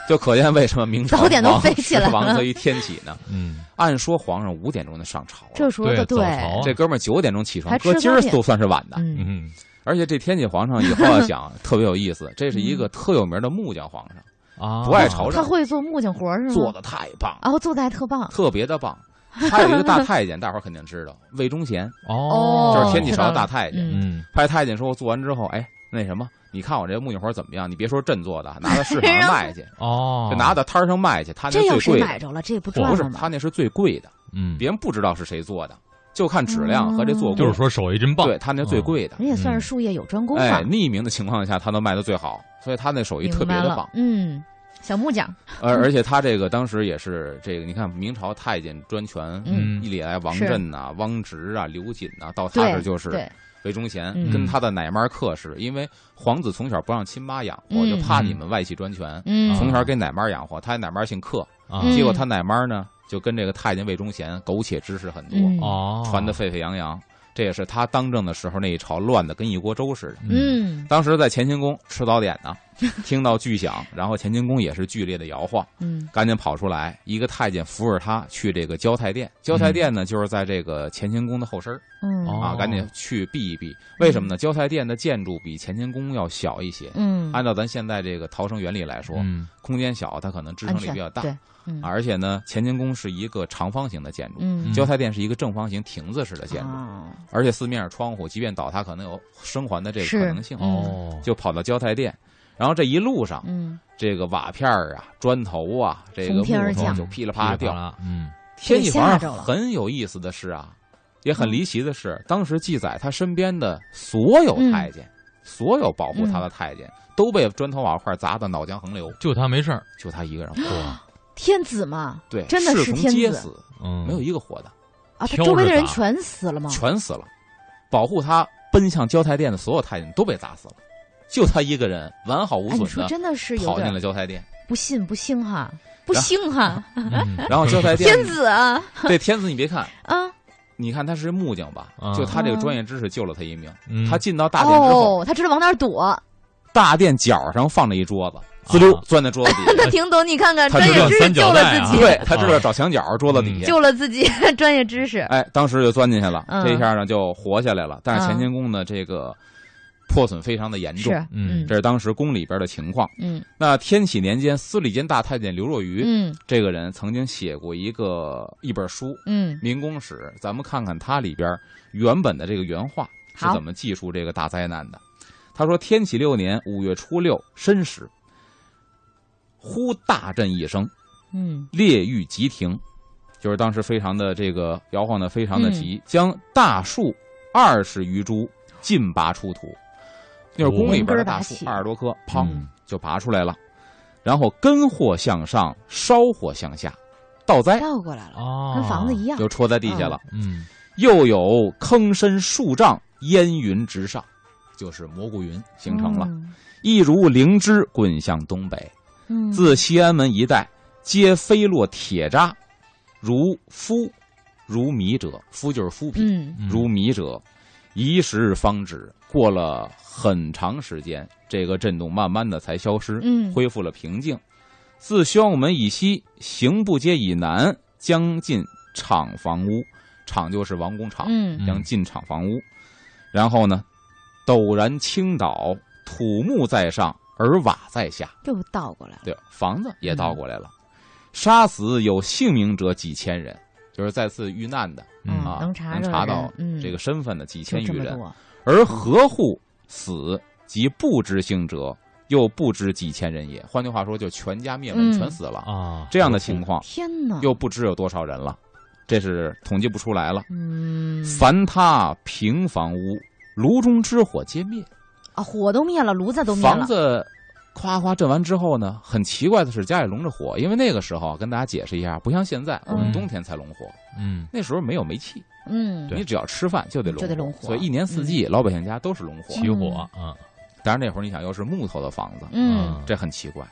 Speaker 3: 就可见为什么明朝
Speaker 1: 早点都
Speaker 3: 王
Speaker 1: 飞起来了
Speaker 3: 十王得于天启 呢？
Speaker 2: 嗯，
Speaker 3: 按说皇上五点钟就上朝了，
Speaker 1: 这说的
Speaker 2: 对早朝
Speaker 3: 这哥们儿九点钟起床
Speaker 1: 还，吃
Speaker 3: 搁今儿
Speaker 1: 早点
Speaker 3: 都算是晚的。
Speaker 1: 嗯
Speaker 2: 嗯
Speaker 3: 而且这天启皇上以后要 讲特别有意思，这是一
Speaker 1: 嗯
Speaker 3: 个特有名的木匠皇上。
Speaker 2: 啊，
Speaker 3: 不爱朝
Speaker 1: 他
Speaker 3: 政
Speaker 1: 会做木匠活儿是吗？
Speaker 3: 做的太棒，了，
Speaker 1: 哦，做的还特棒。
Speaker 3: 特别的棒。他有一个大太监，大 伙儿肯定知道，魏忠贤
Speaker 2: 哦，
Speaker 3: 就是天
Speaker 1: 启
Speaker 3: 启朝的大太监。
Speaker 1: 嗯
Speaker 2: 嗯，
Speaker 3: 派太监说，做完之后，哎，那什么，你看我这木匠活怎么样？你别说朕做的，拿到 市场上卖去，
Speaker 2: 哦，
Speaker 3: 就拿到摊儿上卖去。他那
Speaker 1: 这要
Speaker 3: 最
Speaker 1: 谁
Speaker 3: 贵的，
Speaker 1: 买着了，这不
Speaker 3: 不
Speaker 1: 赚
Speaker 3: 是
Speaker 1: 了
Speaker 3: 他
Speaker 1: 吗？
Speaker 3: 那是最贵的，
Speaker 2: 嗯，
Speaker 3: 别人不知道是谁做的，就看质量和这做工。
Speaker 2: 就是说手艺真棒，嗯
Speaker 3: 对他那最贵的，
Speaker 1: 人也算是术业有专攻
Speaker 3: 哎
Speaker 1: 嘛，，
Speaker 3: 匿名的情况下，他能卖的最好，所以他那手艺
Speaker 1: 明
Speaker 3: 特别
Speaker 1: 白
Speaker 3: 的
Speaker 1: 了
Speaker 3: 棒。。
Speaker 1: 嗯，小木匠，
Speaker 3: 而而且他这个当时也是这个，你看明朝太监专权，
Speaker 2: 嗯
Speaker 3: 一来王
Speaker 1: 是
Speaker 3: 振呐、汪直啊、刘瑾呐、到他这
Speaker 1: 对，
Speaker 3: 儿就是
Speaker 1: 对，
Speaker 3: 韦忠贤，
Speaker 1: 嗯
Speaker 3: 跟他的奶妈克氏，因为皇子从小不让亲妈养活，
Speaker 1: 嗯
Speaker 3: 就怕你们外戚专权，
Speaker 1: 嗯，
Speaker 3: 从小给奶妈养活。他奶妈姓克，
Speaker 2: 啊，
Speaker 1: 嗯
Speaker 3: 结果他奶妈呢就跟这个太监魏忠贤苟且之事很多，
Speaker 1: 嗯
Speaker 2: 哦，
Speaker 3: 传得沸沸扬扬。这也是他当政的时候那一朝乱的跟一锅粥似的。
Speaker 2: 嗯
Speaker 1: 嗯
Speaker 3: 当时在乾清宫吃早点呢，听到巨响，然后乾清宫也是剧烈的摇晃。
Speaker 1: 嗯
Speaker 3: 赶紧跑出来，一个太监扶着他去这个交泰殿。交泰殿呢，就是在这个乾清宫的后身儿
Speaker 1: 嗯
Speaker 2: 哦
Speaker 3: 啊，赶紧去避一避。为什么呢？交泰殿的建筑比乾清宫要小一些。
Speaker 1: 嗯，
Speaker 3: 按照咱现在这个逃生原理来说，
Speaker 2: 嗯
Speaker 3: 空间小，它可能支撑
Speaker 1: 安
Speaker 3: 力
Speaker 1: 全
Speaker 3: 比较大。
Speaker 1: 对，嗯
Speaker 3: 而且呢，乾清宫是一个长方形的建筑，
Speaker 1: 嗯，
Speaker 3: 交泰殿是一个正方形亭子式的建筑，
Speaker 1: 哦
Speaker 3: 而且四面是窗户，即便倒塌，可能有生还的这个
Speaker 1: 是
Speaker 3: 可能性。
Speaker 2: 哦，
Speaker 3: 就跑到交泰殿，然后这一路上，
Speaker 1: 嗯，
Speaker 3: 这个瓦片儿啊、砖头啊、这个
Speaker 1: 从
Speaker 3: 木
Speaker 1: 天而
Speaker 3: 头
Speaker 1: 降
Speaker 3: 就噼里啪
Speaker 2: 哦
Speaker 3: 啦
Speaker 2: 噼
Speaker 3: 掉
Speaker 2: 里。啦，嗯
Speaker 3: 天启皇
Speaker 1: 给吓着
Speaker 3: 上
Speaker 1: 了
Speaker 3: 很有意思的是啊，也很离奇的是，
Speaker 1: 嗯
Speaker 3: 当时记载他身边的所有太监，所有保护他的太监、
Speaker 1: 嗯
Speaker 3: 都被砖头瓦块砸得脑浆横流，
Speaker 2: 就他没事儿，
Speaker 3: 就他一个人活。
Speaker 2: 哇，
Speaker 1: 天子嘛，
Speaker 3: 对，
Speaker 1: 真的是
Speaker 3: 侍从
Speaker 1: 天
Speaker 3: 皆
Speaker 1: 子
Speaker 3: 死，
Speaker 2: 嗯，
Speaker 3: 没有一个活的，
Speaker 1: 啊，他
Speaker 2: 挑
Speaker 1: 周围
Speaker 2: 着
Speaker 1: 的人
Speaker 2: 打
Speaker 1: 全死了吗？
Speaker 3: 全死了。保护他奔向交泰殿的所有太监都被砸死了，就他一个人完好无
Speaker 1: 哎，你说
Speaker 3: 损的
Speaker 1: 真的是有
Speaker 3: 跑进
Speaker 1: 点
Speaker 3: 了交泰殿。
Speaker 1: 不信不信哈，不
Speaker 3: 然后
Speaker 1: 信哈，
Speaker 2: 嗯，
Speaker 3: 然后交泰殿
Speaker 1: 天子啊
Speaker 3: 这天子，你别看，
Speaker 1: 啊！
Speaker 3: 你看他是木匠吧
Speaker 2: 啊，
Speaker 3: 就他这个专业知识救了他一命。
Speaker 2: 嗯
Speaker 1: 哦
Speaker 3: 他进到大殿之后，
Speaker 1: 哦，他知道往哪儿躲，
Speaker 3: 大殿角上放着一桌子，滋溜
Speaker 2: 啊
Speaker 3: 钻在桌子底下。
Speaker 1: 他挺懂，你看看
Speaker 3: 他
Speaker 1: 专
Speaker 3: 知
Speaker 1: 业
Speaker 3: 道
Speaker 1: 知识
Speaker 2: 三
Speaker 1: 救
Speaker 2: 角
Speaker 1: 了
Speaker 2: 带
Speaker 1: 自
Speaker 2: 啊嗯
Speaker 1: 己，
Speaker 3: 对他知道找墙角，桌子底下。
Speaker 1: 救了自己，专业知识。
Speaker 3: 哎，当时就钻进去了，
Speaker 1: 嗯
Speaker 3: 这一下呢就活下来了。但
Speaker 1: 嗯
Speaker 3: 是乾清宫呢，这个破损非常的严重
Speaker 1: 是，，嗯
Speaker 3: 这是当时宫里边的情况。
Speaker 1: 嗯
Speaker 3: 那天启年间，司礼监大太监刘若愚、
Speaker 1: 嗯
Speaker 3: 这个人曾经写过一个一本书《
Speaker 1: 嗯，
Speaker 3: 民工史》，咱们看看它里边原本的这个原话是
Speaker 1: 好
Speaker 3: 怎么记述这个大灾难的。他说：“天启六年五月初六申时，忽大震一声，
Speaker 1: 嗯
Speaker 3: 列狱急停，就是当时非常的这个摇晃的非常的
Speaker 1: 嗯
Speaker 3: 急，将大树二十余株尽拔出土，就是宫里边的大树
Speaker 1: 连根儿拔起
Speaker 3: 二十多棵，砰
Speaker 2: 嗯
Speaker 3: 就拔出来了，然后根或向上，梢或向下，倒栽
Speaker 1: 倒过来了，
Speaker 2: 哦，
Speaker 1: 跟房子一样。
Speaker 3: 哎就戳在地下了。
Speaker 2: 嗯，
Speaker 3: 又有坑深数丈，烟云直上，就是蘑菇云形成了，
Speaker 1: 嗯
Speaker 3: 一如灵芝滚向东北。
Speaker 1: 嗯，
Speaker 3: 自西安门一带，皆飞落铁渣，如夫，如米者，夫就是夫皮，
Speaker 1: 嗯
Speaker 2: 嗯
Speaker 3: 如米者，一时方止。过了很长时间，这个震动慢慢的才消失，
Speaker 1: 嗯
Speaker 3: 恢复了平静。自宣武门以西，刑部街以南，将近厂房屋，厂就是王工厂，
Speaker 1: 嗯
Speaker 3: 将进厂房屋。然后呢，陡然倾倒，土木在上，而瓦在下。
Speaker 1: 又倒过来了。
Speaker 3: 对，房子也
Speaker 1: 嗯
Speaker 3: 倒过来了，杀死有姓名者几千人，就是再次遇难的
Speaker 1: 嗯
Speaker 3: 啊，
Speaker 1: 能查着的人
Speaker 3: 到
Speaker 1: 嗯
Speaker 3: 这个身份的几
Speaker 1: 就
Speaker 3: 千余
Speaker 1: 这么
Speaker 3: 人，
Speaker 1: 多，
Speaker 3: 而合户死及不知姓者又不知几千人也。换句话说，就全家灭门，
Speaker 1: 嗯
Speaker 3: 全死了。
Speaker 2: 啊，
Speaker 3: 这样的情况
Speaker 1: 天哪！
Speaker 3: 又不知有多少人了，这是统计不出来了。
Speaker 1: 嗯
Speaker 3: 凡他平房屋，炉中之火皆灭，
Speaker 1: 啊，火都灭了，炉子都灭
Speaker 3: 房
Speaker 1: 了。
Speaker 3: 子夸夸震完之后呢，很奇怪的是家里笼着火，因为那个时候啊跟大家解释一下，不像现在我们
Speaker 2: 嗯
Speaker 3: 冬天才笼火，
Speaker 2: 嗯，
Speaker 3: 那时候没有煤气，
Speaker 1: 嗯，
Speaker 2: 对
Speaker 3: 你只要吃饭就得笼
Speaker 1: 就得笼火嗯
Speaker 3: 所以一年四季老百姓家都是笼火。
Speaker 2: 起火啊，
Speaker 3: 当然那会儿你想，又是木头的房子，
Speaker 1: 嗯，
Speaker 3: 这很奇怪。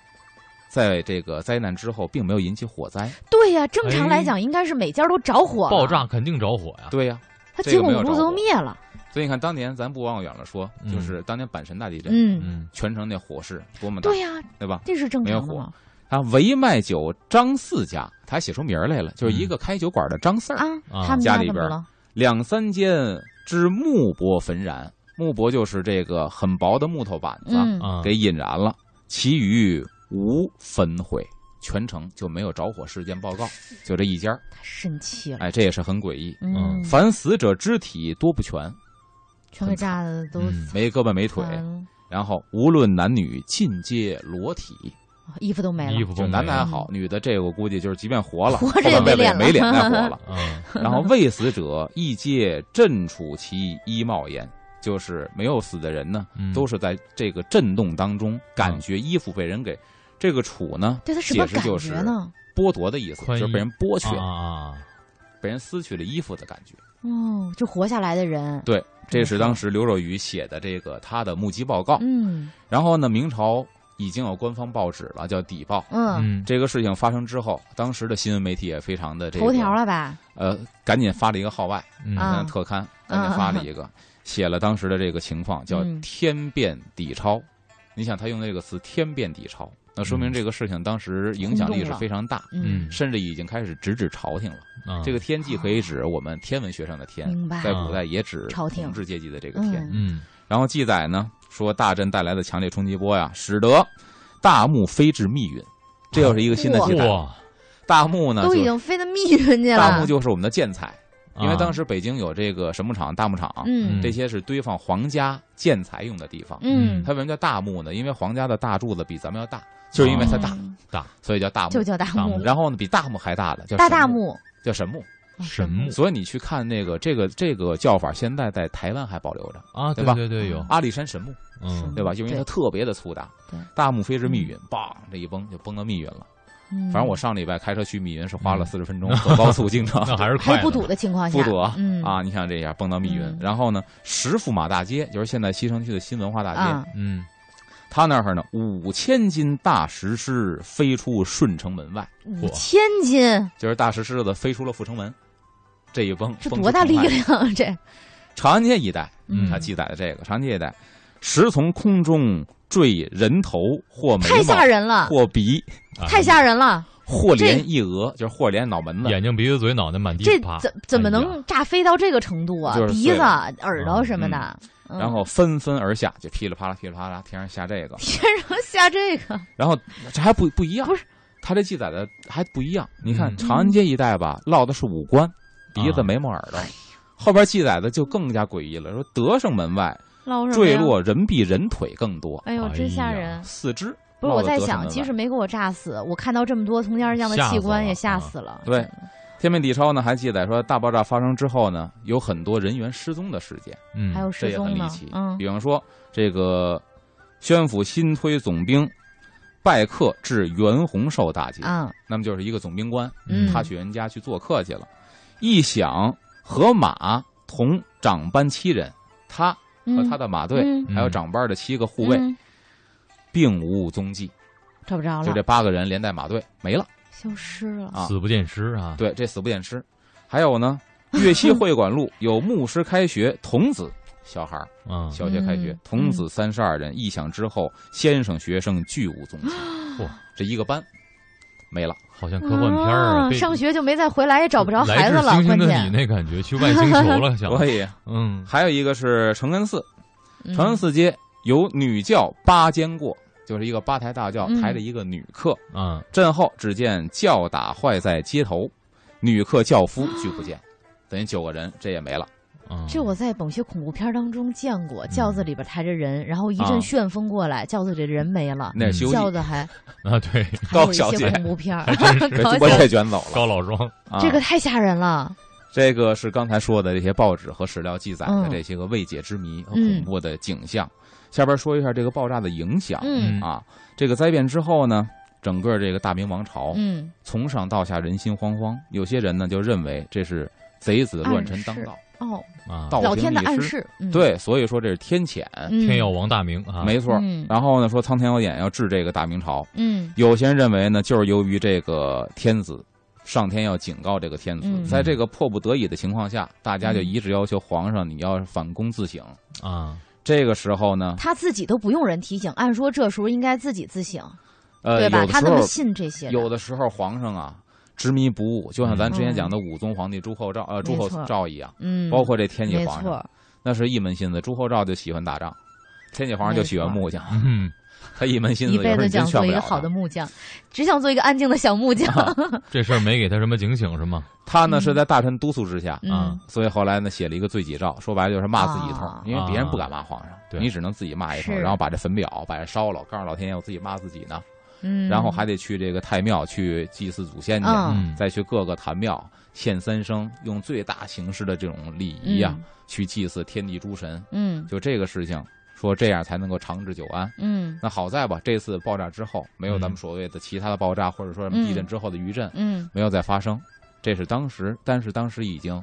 Speaker 3: 在这个灾难之后，并没有引起火灾。
Speaker 1: 对呀，正常
Speaker 3: 哎
Speaker 1: 来讲应该是每家都着火了
Speaker 2: 爆，炸肯定着火
Speaker 1: 啊
Speaker 2: 呀，
Speaker 3: 对呀、
Speaker 1: 它
Speaker 3: 这
Speaker 1: 结
Speaker 3: 个
Speaker 1: 果
Speaker 3: 没有
Speaker 1: 炉
Speaker 3: 着
Speaker 1: 子都
Speaker 3: 火
Speaker 1: 灭了。
Speaker 3: 所以你看当年咱不往远了说，
Speaker 2: 嗯
Speaker 3: 就是当年阪神大地震，
Speaker 1: 嗯，
Speaker 2: 嗯，
Speaker 3: 全城那火势多么大，
Speaker 1: 对呀，
Speaker 3: 对吧？
Speaker 1: 这是正常
Speaker 3: 没
Speaker 1: 的
Speaker 3: 有
Speaker 1: 吗？
Speaker 3: 啊，维麦酒张四家，他还写出名儿来了，就是一个开酒馆的张四儿。
Speaker 1: 啊，
Speaker 2: 啊
Speaker 1: 他们
Speaker 3: 嗯家里
Speaker 1: 怎么
Speaker 3: 边儿
Speaker 1: 了？
Speaker 3: 两三间之木帛焚燃，木帛就是这个很薄的木头板子、
Speaker 1: 嗯
Speaker 2: 啊，
Speaker 3: 给引燃了，其余无焚毁，全城就没有着火事件报告，就这一家儿。
Speaker 1: 太生气了。
Speaker 3: 哎，这也是很诡异。
Speaker 1: 嗯，
Speaker 3: 凡死者肢体多不全，
Speaker 1: 全给炸的都
Speaker 2: 嗯
Speaker 3: 没胳膊没腿，
Speaker 1: 完了
Speaker 3: 然后无论男女尽皆裸体，
Speaker 1: 衣服都没
Speaker 2: 衣
Speaker 1: 了。
Speaker 2: 服
Speaker 3: 就
Speaker 2: 崩
Speaker 3: 男的还
Speaker 2: 了，
Speaker 3: 好，女的这个我估计就是即便活了，
Speaker 1: 活着
Speaker 3: 后
Speaker 1: 也
Speaker 3: 半辈子
Speaker 1: 没
Speaker 3: 也
Speaker 1: 脸了
Speaker 3: 没脸再活了。
Speaker 2: 嗯
Speaker 3: 然后未死者亦皆震处其衣帽焉，就是没有死的人呢，
Speaker 2: 嗯
Speaker 3: 都是在这个震动当中感觉衣服被人给这个处呢，
Speaker 1: 对他什么
Speaker 3: 解释就
Speaker 1: 感
Speaker 3: 是
Speaker 1: 觉呢？
Speaker 3: 剥夺的意思，就
Speaker 2: 宽衣
Speaker 3: 是被人剥削、
Speaker 2: 啊啊啊，
Speaker 3: 被人撕去了衣服的感觉。
Speaker 1: 哦，就活下来的人。
Speaker 3: 对，这是当时刘若愚写的这个他的目击报告。
Speaker 1: 嗯
Speaker 3: 然后呢，明朝已经有官方报纸了，叫《邸报》。
Speaker 1: 嗯，
Speaker 2: 嗯，
Speaker 3: 这个事情发生之后，当时的新闻媒体也非常的这个
Speaker 1: 头条了吧？
Speaker 3: 呃，赶紧发了一个号外，
Speaker 2: 嗯
Speaker 1: 啊
Speaker 3: 嗯，特刊，赶紧发了一个，写了当时的这个情况，叫
Speaker 1: 嗯
Speaker 3: “天变底抄”你想，他用的这个词“天变底抄”，那说明这个事情当时影响力是非常大，
Speaker 2: 嗯
Speaker 3: 甚至已经开始直指朝廷了。
Speaker 2: 啊
Speaker 3: 这个“天”既可以指我们天文学上的“天
Speaker 1: 嗯明”，白
Speaker 3: 在。古代也指
Speaker 1: 朝廷
Speaker 3: 统治阶级的这个“天”
Speaker 1: 嗯
Speaker 2: 嗯
Speaker 3: 然后记载呢，说大震带来的强烈冲击波呀，使得大幕飞至密云，这又是一个新的记载。
Speaker 2: 哇，
Speaker 3: 大幕呢，
Speaker 1: 都已
Speaker 3: 就是
Speaker 1: 经飞到密云去了。
Speaker 3: 大幕就是我们的建材，因为当
Speaker 2: 时
Speaker 3: 时北京有这个什么厂、大木厂，
Speaker 2: 啊
Speaker 1: 嗯
Speaker 3: 这些是堆放皇家建材用的地方。
Speaker 1: 嗯，
Speaker 3: 它为什么叫大木呢？因为皇家的大柱子比咱们要大，就是因为它大，
Speaker 1: 嗯
Speaker 3: 所以叫大
Speaker 1: 就
Speaker 3: 木。
Speaker 1: 叫大
Speaker 2: 大
Speaker 1: 木
Speaker 2: 木，
Speaker 3: 然后呢，比大木还大的叫
Speaker 1: 大
Speaker 3: 神
Speaker 1: 大嗯
Speaker 3: 木，
Speaker 1: 木，
Speaker 3: 叫神木。
Speaker 2: 神木
Speaker 3: 所以你去看那个这个这个叫法，现在在台湾还保留着，
Speaker 2: 啊，
Speaker 3: 对
Speaker 2: 对
Speaker 3: 吧
Speaker 2: 对对，有，
Speaker 3: 阿里山神木，
Speaker 2: 嗯
Speaker 3: 对吧？因为它
Speaker 1: 对
Speaker 3: 特别的粗大
Speaker 1: 对。
Speaker 3: 大木飞至密云，梆这一崩就崩到密云了。
Speaker 1: 嗯
Speaker 3: 反正我上礼拜开车去密云是花了
Speaker 2: 嗯
Speaker 3: 四十分钟，走高速进 城。
Speaker 2: 那还是
Speaker 1: 还
Speaker 2: 快的
Speaker 1: 不堵的情况下，
Speaker 3: 不得
Speaker 1: 嗯
Speaker 3: 啊！你像这样蹦到密云，
Speaker 1: 嗯
Speaker 3: 然后呢，石驸马大街就是现在西城区的新文化大街，
Speaker 1: 啊，
Speaker 2: 嗯
Speaker 3: 他那儿呢五千斤大石狮飞出顺城门外，
Speaker 1: 五千斤，
Speaker 3: 就是大石狮子飞出了阜成门，这一蹦，
Speaker 1: 这
Speaker 3: 蹦
Speaker 1: 多
Speaker 3: 出
Speaker 1: 大力
Speaker 3: 城外？
Speaker 1: 量？啊这
Speaker 3: 嗯长安街一带，
Speaker 2: 嗯
Speaker 3: 他记载的这个长安街一带，时从空中坠人头或眉毛，
Speaker 1: 太吓人了，
Speaker 3: 或鼻，
Speaker 2: 啊
Speaker 1: 太吓人了，
Speaker 3: 或脸一额，就是或脸脑门子，
Speaker 2: 眼睛、鼻子、嘴、脑袋满地
Speaker 1: 这
Speaker 2: 爬，
Speaker 1: 怎怎么
Speaker 2: 哎呀
Speaker 1: 能炸飞到这个程度啊
Speaker 3: 就？是
Speaker 1: 鼻
Speaker 3: 碎
Speaker 1: 子、
Speaker 3: 了
Speaker 1: 耳朵什么的，嗯
Speaker 3: 然后纷纷而下，就噼里啪啦、噼里啪啦，天上下这个，
Speaker 1: 天上下这个，
Speaker 3: 然后这还不不一样，
Speaker 1: 不是
Speaker 3: 他这记载的还不一样。你看
Speaker 2: 嗯
Speaker 3: 长安街一带吧，落的是五官，鼻子、
Speaker 2: 啊
Speaker 3: 眉毛、耳
Speaker 1: 哎
Speaker 3: 朵，后边记载的就更加诡异了，说德胜门外
Speaker 1: 捞什么
Speaker 3: 坠
Speaker 1: 呀？
Speaker 3: 落人比人腿更多，
Speaker 1: 哎呦，
Speaker 2: 哎
Speaker 1: 真吓
Speaker 2: 呀
Speaker 1: 人！
Speaker 3: 四肢
Speaker 1: 不是我
Speaker 3: 落得
Speaker 1: 在
Speaker 3: 德胜
Speaker 1: 想，
Speaker 3: 门外
Speaker 1: 即使没给我炸死，我看到这么多从天而降的
Speaker 2: 吓
Speaker 1: 器
Speaker 2: 死
Speaker 1: 官
Speaker 2: 了
Speaker 1: 也吓
Speaker 2: 啊
Speaker 1: 死了。
Speaker 3: 对
Speaker 1: 真
Speaker 3: 嗯
Speaker 1: 的，
Speaker 3: 天命地超呢还记载说，大爆炸发生之后呢，有很多人员失踪的事件，
Speaker 2: 嗯，
Speaker 1: 还有
Speaker 3: 这
Speaker 1: 失
Speaker 3: 也很
Speaker 1: 踪
Speaker 3: 离
Speaker 1: 呢
Speaker 3: 奇。。
Speaker 1: 嗯，
Speaker 3: 比方说，这个宣府新推总兵拜客至袁洪寿大捷，
Speaker 1: 啊，
Speaker 3: 那么就是一个总兵官，
Speaker 1: 嗯
Speaker 3: 他去人家去做客去了，一想和马同长班七人，他和他
Speaker 1: 的
Speaker 3: 的马队、
Speaker 2: 嗯
Speaker 3: 还有长班的七个护卫、并无踪迹，
Speaker 1: 找不着
Speaker 3: 就这
Speaker 1: 嗯了，
Speaker 3: 八个人连带马队没了。
Speaker 1: 消失了。
Speaker 3: 啊
Speaker 2: 死不见尸
Speaker 1: 嗯
Speaker 2: 啊，
Speaker 3: 对，这死不见尸。还有呢，粤西会馆 路有牧师开学童子小孩儿
Speaker 2: 嗯，
Speaker 3: 小学开学
Speaker 1: 嗯，
Speaker 3: 童子三十二人，一响之后，先生学生俱无踪迹。
Speaker 2: 嚯
Speaker 3: 这一个班没了，
Speaker 2: 好像科幻片儿啊，被
Speaker 1: 上学就没再回来，也找不着孩子
Speaker 2: 来
Speaker 1: 了
Speaker 2: 自。星星
Speaker 1: 关
Speaker 2: 的你
Speaker 1: 键，
Speaker 2: 那感觉，去外星球 了，想，
Speaker 3: 所以
Speaker 2: 嗯，
Speaker 3: 还有一个是承恩寺，
Speaker 1: 嗯
Speaker 3: 承恩寺街有女教八间过，就是一个八抬大轿
Speaker 1: 嗯
Speaker 3: 抬着一个女客，
Speaker 2: 啊，
Speaker 3: 震后只见轿打坏在街头，女客轿夫俱不见，等于九个人这也没了。
Speaker 2: 啊
Speaker 1: 这我在某些恐怖片当中见过，轿子里边抬着人，然后一阵
Speaker 3: 嗯啊
Speaker 1: 旋风过来，轿子里人没了，
Speaker 3: 那是《西游记
Speaker 1: 轿》，子还
Speaker 2: 啊，对，
Speaker 1: 还有
Speaker 3: 高
Speaker 1: 一
Speaker 3: 小
Speaker 1: 些
Speaker 3: 姐
Speaker 1: 恐怖片儿，
Speaker 3: 给
Speaker 1: 高
Speaker 3: 我
Speaker 1: 小
Speaker 3: 也卷走了。
Speaker 2: 高老庄，
Speaker 3: 啊
Speaker 1: 这个太吓人了。
Speaker 3: 这个是刚才说的这些报纸和史料记载的
Speaker 1: 嗯
Speaker 3: 这些个未解之谜和恐怖的景象。下边说一下这个爆炸的影响、
Speaker 1: 嗯
Speaker 3: 啊。这个灾变之后呢，整个这个大明王朝、
Speaker 1: 嗯，
Speaker 3: 从上到下人心惶惶，有些人呢就认为这是贼子乱臣当道，
Speaker 1: 哦，
Speaker 2: 啊，
Speaker 3: 道
Speaker 1: 老
Speaker 3: 行
Speaker 1: 天的
Speaker 3: 逆
Speaker 1: 暗
Speaker 3: 施。
Speaker 1: 示，嗯，
Speaker 3: 对，所以说这是天谴，
Speaker 1: 嗯
Speaker 2: 天耀王大明啊，
Speaker 3: 没错。
Speaker 1: 嗯
Speaker 3: 然后呢，说苍天有眼要治这个大明朝，
Speaker 1: 嗯
Speaker 3: 有些人认为呢，就是由于这个天子，上天要警告这个天子，
Speaker 1: 嗯
Speaker 3: 在这个迫不得已的情况下，大家就一致要求皇上你要反躬自省。
Speaker 2: 啊，
Speaker 3: 这个时候呢，
Speaker 1: 他自己都不用人提醒，按说这时候应该自己自省，
Speaker 3: 呃，
Speaker 1: 对吧？
Speaker 3: 有的
Speaker 1: 他
Speaker 3: 时
Speaker 1: 那么
Speaker 3: 候
Speaker 1: 信这些的，
Speaker 3: 有的时候皇上啊执迷不悟，就像咱之前讲的武宗皇帝朱厚照呃朱厚
Speaker 1: 嗯没错
Speaker 3: 照一样，
Speaker 1: 嗯，
Speaker 3: 包括这天
Speaker 1: 没
Speaker 3: 启皇上，
Speaker 1: 错，
Speaker 3: 那是一门心思。朱厚照就喜欢打仗，天启皇上就喜欢
Speaker 1: 没错
Speaker 3: 木匠，
Speaker 2: 嗯，
Speaker 3: 他一门心思，
Speaker 1: 一
Speaker 3: 有时
Speaker 1: 辈
Speaker 3: 候
Speaker 1: 子
Speaker 3: 你
Speaker 1: 想
Speaker 3: 真
Speaker 1: 做
Speaker 3: 劝
Speaker 1: 一个
Speaker 3: 不了啊
Speaker 1: 好的
Speaker 3: 他。
Speaker 1: 木匠，只想做一个安静的小木匠。
Speaker 2: 这事儿没给他什么警醒是吗？
Speaker 3: 他呢是
Speaker 1: 嗯
Speaker 3: 在大臣督促之下，
Speaker 1: 嗯
Speaker 3: 所以后来呢，写了一个罪己诏，说白了就是骂自己一通，
Speaker 1: 啊
Speaker 3: 因为别人不敢骂皇上，
Speaker 2: 对
Speaker 3: 你只能自己骂一通，
Speaker 1: 是
Speaker 3: 然后把这坟表把这烧了，告诉老天爷我自己骂自己呢，
Speaker 1: 嗯，
Speaker 3: 然后还得去这个太庙去祭祀祖先去，
Speaker 1: 嗯
Speaker 3: 再去各个坛庙献三牲，用最大形式的这种礼仪呀、去祭祀天地诸神，
Speaker 1: 嗯
Speaker 3: 就这个事情，说这样才能够长治久安。
Speaker 1: 嗯
Speaker 3: 那好在吧，这次爆炸之后没有咱们所谓的其他的爆炸，或者说什么地震之后的余震，
Speaker 1: 嗯
Speaker 3: 没有再发生，这是当时，但是当时已经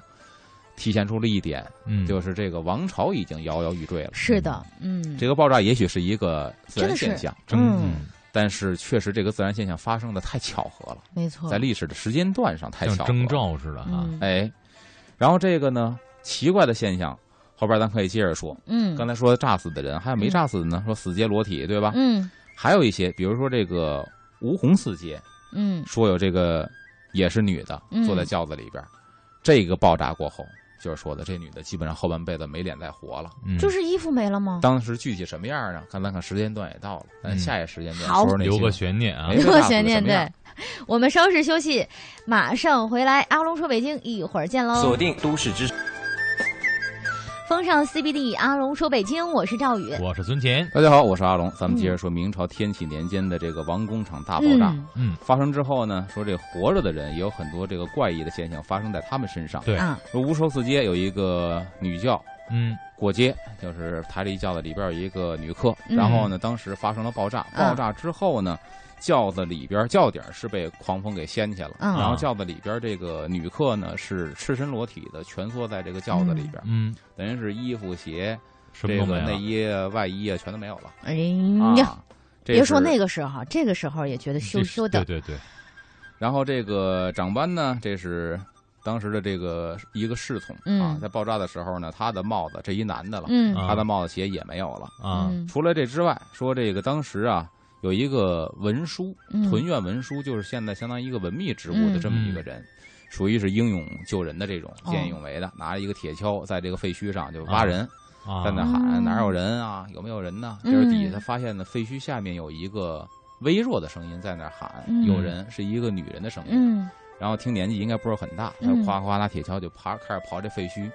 Speaker 3: 体现出了一点，
Speaker 2: 嗯，
Speaker 3: 就是这个王朝已经摇摇欲坠了
Speaker 1: 嗯，。是的，嗯，
Speaker 3: 这个爆炸也许是一个自
Speaker 1: 真的
Speaker 3: 然
Speaker 1: 是
Speaker 3: 现象，
Speaker 2: 真
Speaker 1: 嗯
Speaker 3: 但是确实这个自然现象发生的太巧合了，
Speaker 1: 没错，
Speaker 3: 在历史的时间段上太
Speaker 2: 像
Speaker 3: 巧合
Speaker 2: 征
Speaker 3: 了。
Speaker 2: 兆似的啊哈，
Speaker 1: 嗯
Speaker 3: 哎，然后这个呢，奇怪的现象，后边咱可以接着说。
Speaker 1: 嗯
Speaker 3: 刚才说炸死的人，还有没
Speaker 1: 嗯
Speaker 3: 炸死的呢？说死街裸体，对吧？
Speaker 1: 嗯
Speaker 3: 还有一些，比如说这个吴红四街，
Speaker 1: 嗯
Speaker 3: 说有这个也是女的
Speaker 1: 嗯
Speaker 3: 坐在轿子里边儿，这个爆炸过后，就是说的这女的基本上后半辈子没脸再活了。
Speaker 2: 嗯，
Speaker 1: 就是衣服没了吗？
Speaker 3: 当时具体什么样呢？看咱看时间段也到了，咱
Speaker 2: 嗯
Speaker 3: 下一时间段
Speaker 1: 好
Speaker 3: 说说那
Speaker 2: 留
Speaker 3: 些
Speaker 2: 个悬念啊
Speaker 3: 哎，
Speaker 1: 留
Speaker 3: 这大
Speaker 1: 悬
Speaker 3: 鼓
Speaker 1: 念，
Speaker 3: 怎么
Speaker 1: 对
Speaker 3: 样。
Speaker 1: 我们稍事休息，马上回来。阿龙说北京，一会儿见喽。
Speaker 4: 锁定都市之
Speaker 1: 风尚 CBD，阿龙说北京，我是赵宇。
Speaker 2: 我是孙乾，
Speaker 3: 大家好，我是阿龙，咱们接着说明朝天启年间的这个王工厂大爆炸。
Speaker 1: 嗯
Speaker 2: 嗯，
Speaker 3: 发生之后呢，说这活着的人也有很多这个怪异的现象发生在他们身上。
Speaker 2: 对，
Speaker 1: 啊，
Speaker 3: 说吴寿四街有一个女教
Speaker 2: 嗯
Speaker 3: 过街，就是抬着一轿子，里边有一个女客，
Speaker 1: 嗯
Speaker 3: 然后呢，当时发生了爆炸，
Speaker 1: 啊
Speaker 3: 爆炸之后呢，轿子里边轿顶是被狂风给掀起了，
Speaker 1: 嗯
Speaker 3: 然后轿子里边这个女客呢是赤身裸体的蜷缩在这个轿子里边，
Speaker 2: 嗯，
Speaker 3: 等于是衣服、鞋、
Speaker 2: 什么
Speaker 3: 这
Speaker 2: 都
Speaker 3: 个
Speaker 2: 没
Speaker 3: 内
Speaker 2: 了，
Speaker 3: 衣、外衣啊全都没有了
Speaker 1: 哎呀，
Speaker 3: 啊。
Speaker 1: 别说那
Speaker 3: 个，
Speaker 1: 个时候，这个时候也觉得羞
Speaker 2: 这是
Speaker 1: 羞的。
Speaker 2: 对对对，
Speaker 3: 然后这个长班呢，这是当时的这个一个侍从啊
Speaker 1: 嗯，
Speaker 3: 在爆炸的时候呢，他的帽子这一男的了，
Speaker 1: 嗯
Speaker 2: 啊
Speaker 3: 他的帽子鞋也没有了。
Speaker 2: 啊，
Speaker 1: 嗯
Speaker 3: 除了这之外，说这个当时啊，有一个文书，
Speaker 1: 嗯
Speaker 3: 屯院文书，就是现在相当于一个文秘职务的这么一个人，属于是英勇救人的这种
Speaker 1: 哦
Speaker 3: 见义勇为的，拿着一个铁锹在这个废墟上就挖人，
Speaker 2: 啊
Speaker 3: 在那
Speaker 1: 哦
Speaker 3: 喊哪有人啊，有没有人呢？
Speaker 1: 嗯
Speaker 3: 这是底下他发现呢，废墟下面有一个微弱的声音在那喊
Speaker 1: 嗯
Speaker 3: 有人，是一个女人的声音，
Speaker 1: 嗯
Speaker 3: 然后听年纪应该不是很大，他
Speaker 1: 嗯
Speaker 3: 就夸夸拿铁锹就爬开始刨这废墟。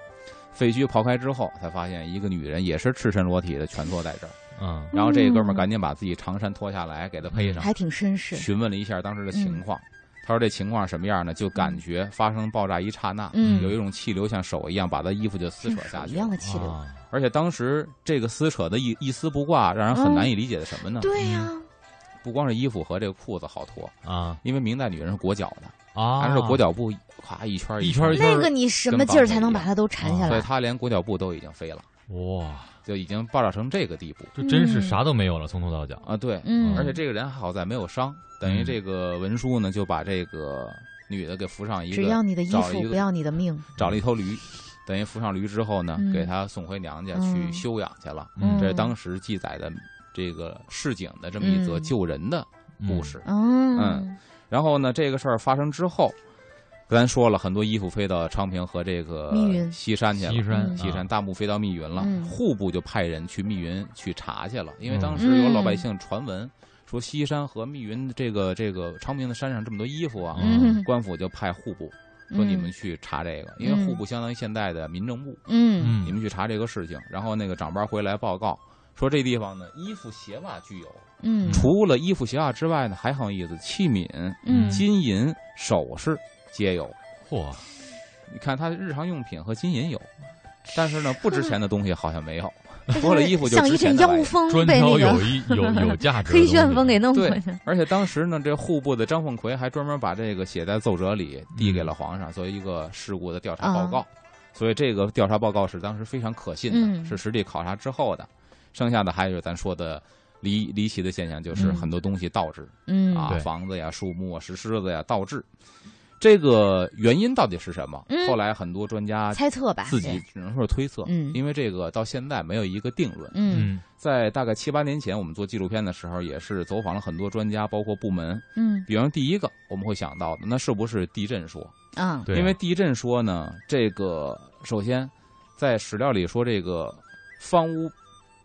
Speaker 3: 废墟刨开之后，才发现一个女人也是赤身裸体的蜷缩在这儿。
Speaker 2: 嗯
Speaker 3: 然后这哥们
Speaker 1: 嗯
Speaker 3: 儿赶紧把自己长衫脱下来，给他配上，
Speaker 1: 还挺绅士，
Speaker 3: 询问了一下当时的情况。
Speaker 1: 嗯
Speaker 3: 他说这情况什么样呢？就感觉发生爆炸一刹那，
Speaker 1: 嗯
Speaker 3: 有一种气流像手一样把他衣服就撕
Speaker 1: 像
Speaker 3: 扯下
Speaker 1: 水一
Speaker 3: 去
Speaker 1: 样
Speaker 3: 了。
Speaker 1: 的气流，
Speaker 2: 啊
Speaker 3: 而且当时这个撕扯的一一丝不挂，让人很难以理解的什么呢？
Speaker 1: 嗯对呀，
Speaker 3: 嗯不光是衣服和这个裤子好脱，
Speaker 2: 啊
Speaker 3: 因为明代女人是裹脚的，
Speaker 1: 哦
Speaker 2: 啊，
Speaker 3: 按照裹脚布，咵一圈
Speaker 2: 一
Speaker 3: 圈
Speaker 2: 圈
Speaker 3: 儿
Speaker 2: 一，圈
Speaker 1: 那
Speaker 2: 儿
Speaker 1: 个你什么劲儿才能把它都缠下
Speaker 3: 所
Speaker 1: 来？
Speaker 3: 以她连裹脚布都已经飞了，
Speaker 2: 哇，
Speaker 3: 就已经爆炸成这个地步
Speaker 2: 这真是
Speaker 1: 嗯
Speaker 2: 啥都没有了，从头到脚
Speaker 3: 啊！对，
Speaker 1: 嗯，
Speaker 3: 而且这个人还好在没有伤，等于
Speaker 2: 嗯
Speaker 3: 这个文书呢就把这个女的给扶上一个，
Speaker 1: 只要你的衣
Speaker 3: 找了
Speaker 1: 服
Speaker 3: 一，个
Speaker 1: 不要你的命，
Speaker 3: 找了一头驴，等于扶上驴之后呢，
Speaker 1: 嗯
Speaker 3: 给她送回娘家
Speaker 1: 嗯
Speaker 3: 去休养去了。
Speaker 1: 嗯
Speaker 3: 这是当时记载的这个市井的这么一则
Speaker 1: 嗯
Speaker 3: 救人的故，事。
Speaker 1: 嗯
Speaker 3: 嗯然后呢，这个事儿发生之后。咱说了很多衣服飞到昌平和这个
Speaker 1: 密云
Speaker 3: 西山
Speaker 2: 嗯
Speaker 3: 去
Speaker 2: 西
Speaker 3: 了，
Speaker 2: 山
Speaker 1: 嗯
Speaker 3: 西山
Speaker 2: 啊
Speaker 3: 大墓飞到密云了
Speaker 1: 嗯，
Speaker 3: 户部就派人去密云去查去了，因为
Speaker 2: 嗯
Speaker 3: 当时有老百姓传闻说西山和密云这个这个昌平的山上这么多衣服啊，
Speaker 1: 嗯，
Speaker 3: 官府就派户部说你们去查这个，因为
Speaker 1: 嗯
Speaker 3: 户部相当于现在的民政部，
Speaker 1: 嗯
Speaker 2: 嗯
Speaker 3: 你们去查这个事情。然后那个长班回来报告说，这地方呢衣服鞋袜俱有，
Speaker 1: 嗯
Speaker 3: 除了衣服鞋袜之外呢，还很有意思，器皿、
Speaker 1: 嗯
Speaker 3: 金银首饰皆有。
Speaker 2: 嚯，
Speaker 3: 你看他的日常用品和金银有，但是呢不值钱的东西好像没有，
Speaker 1: 这
Speaker 3: 脱了
Speaker 1: 是
Speaker 3: 衣服就
Speaker 1: 嗯像
Speaker 3: 值
Speaker 1: 一阵
Speaker 3: 钱的玩
Speaker 1: 妖
Speaker 3: 意儿
Speaker 1: 风
Speaker 2: 专
Speaker 1: 哦被
Speaker 2: 挑
Speaker 1: 那
Speaker 2: 有
Speaker 1: 个
Speaker 2: 一有有价值 的
Speaker 1: 黑
Speaker 2: 东西
Speaker 1: 旋风给弄回来
Speaker 3: 对，而且当时呢，这户部的张凤奎还专门把这个写在奏折里，递给了皇上，作为一个事故的调查报告。所以这个调查报告是当时非常可信的，
Speaker 1: 嗯
Speaker 3: 是实地考察之后的。剩下的还有就是咱说的离离奇的现象，就是
Speaker 1: 嗯
Speaker 3: 很多东西倒置、
Speaker 1: 嗯
Speaker 3: 啊
Speaker 2: 对，
Speaker 3: 房子呀、树木啊、石狮子呀倒置。这个原因到底是什么？
Speaker 1: 嗯
Speaker 3: 后来很多专家
Speaker 1: 猜测吧，
Speaker 3: 啊自己只能说是推测，
Speaker 1: 嗯
Speaker 3: 因为这个到现在没有一个定论。
Speaker 1: 嗯
Speaker 2: 嗯
Speaker 3: 在大概七八年前，我们做纪录片的时候，也是走访了很多专家，包括部门。
Speaker 1: 嗯
Speaker 3: 比方第一个，我们会想到的，那是不是地震说？
Speaker 1: 啊
Speaker 2: 对啊，
Speaker 3: 因为地震说呢，这个首先在史料里说这个房屋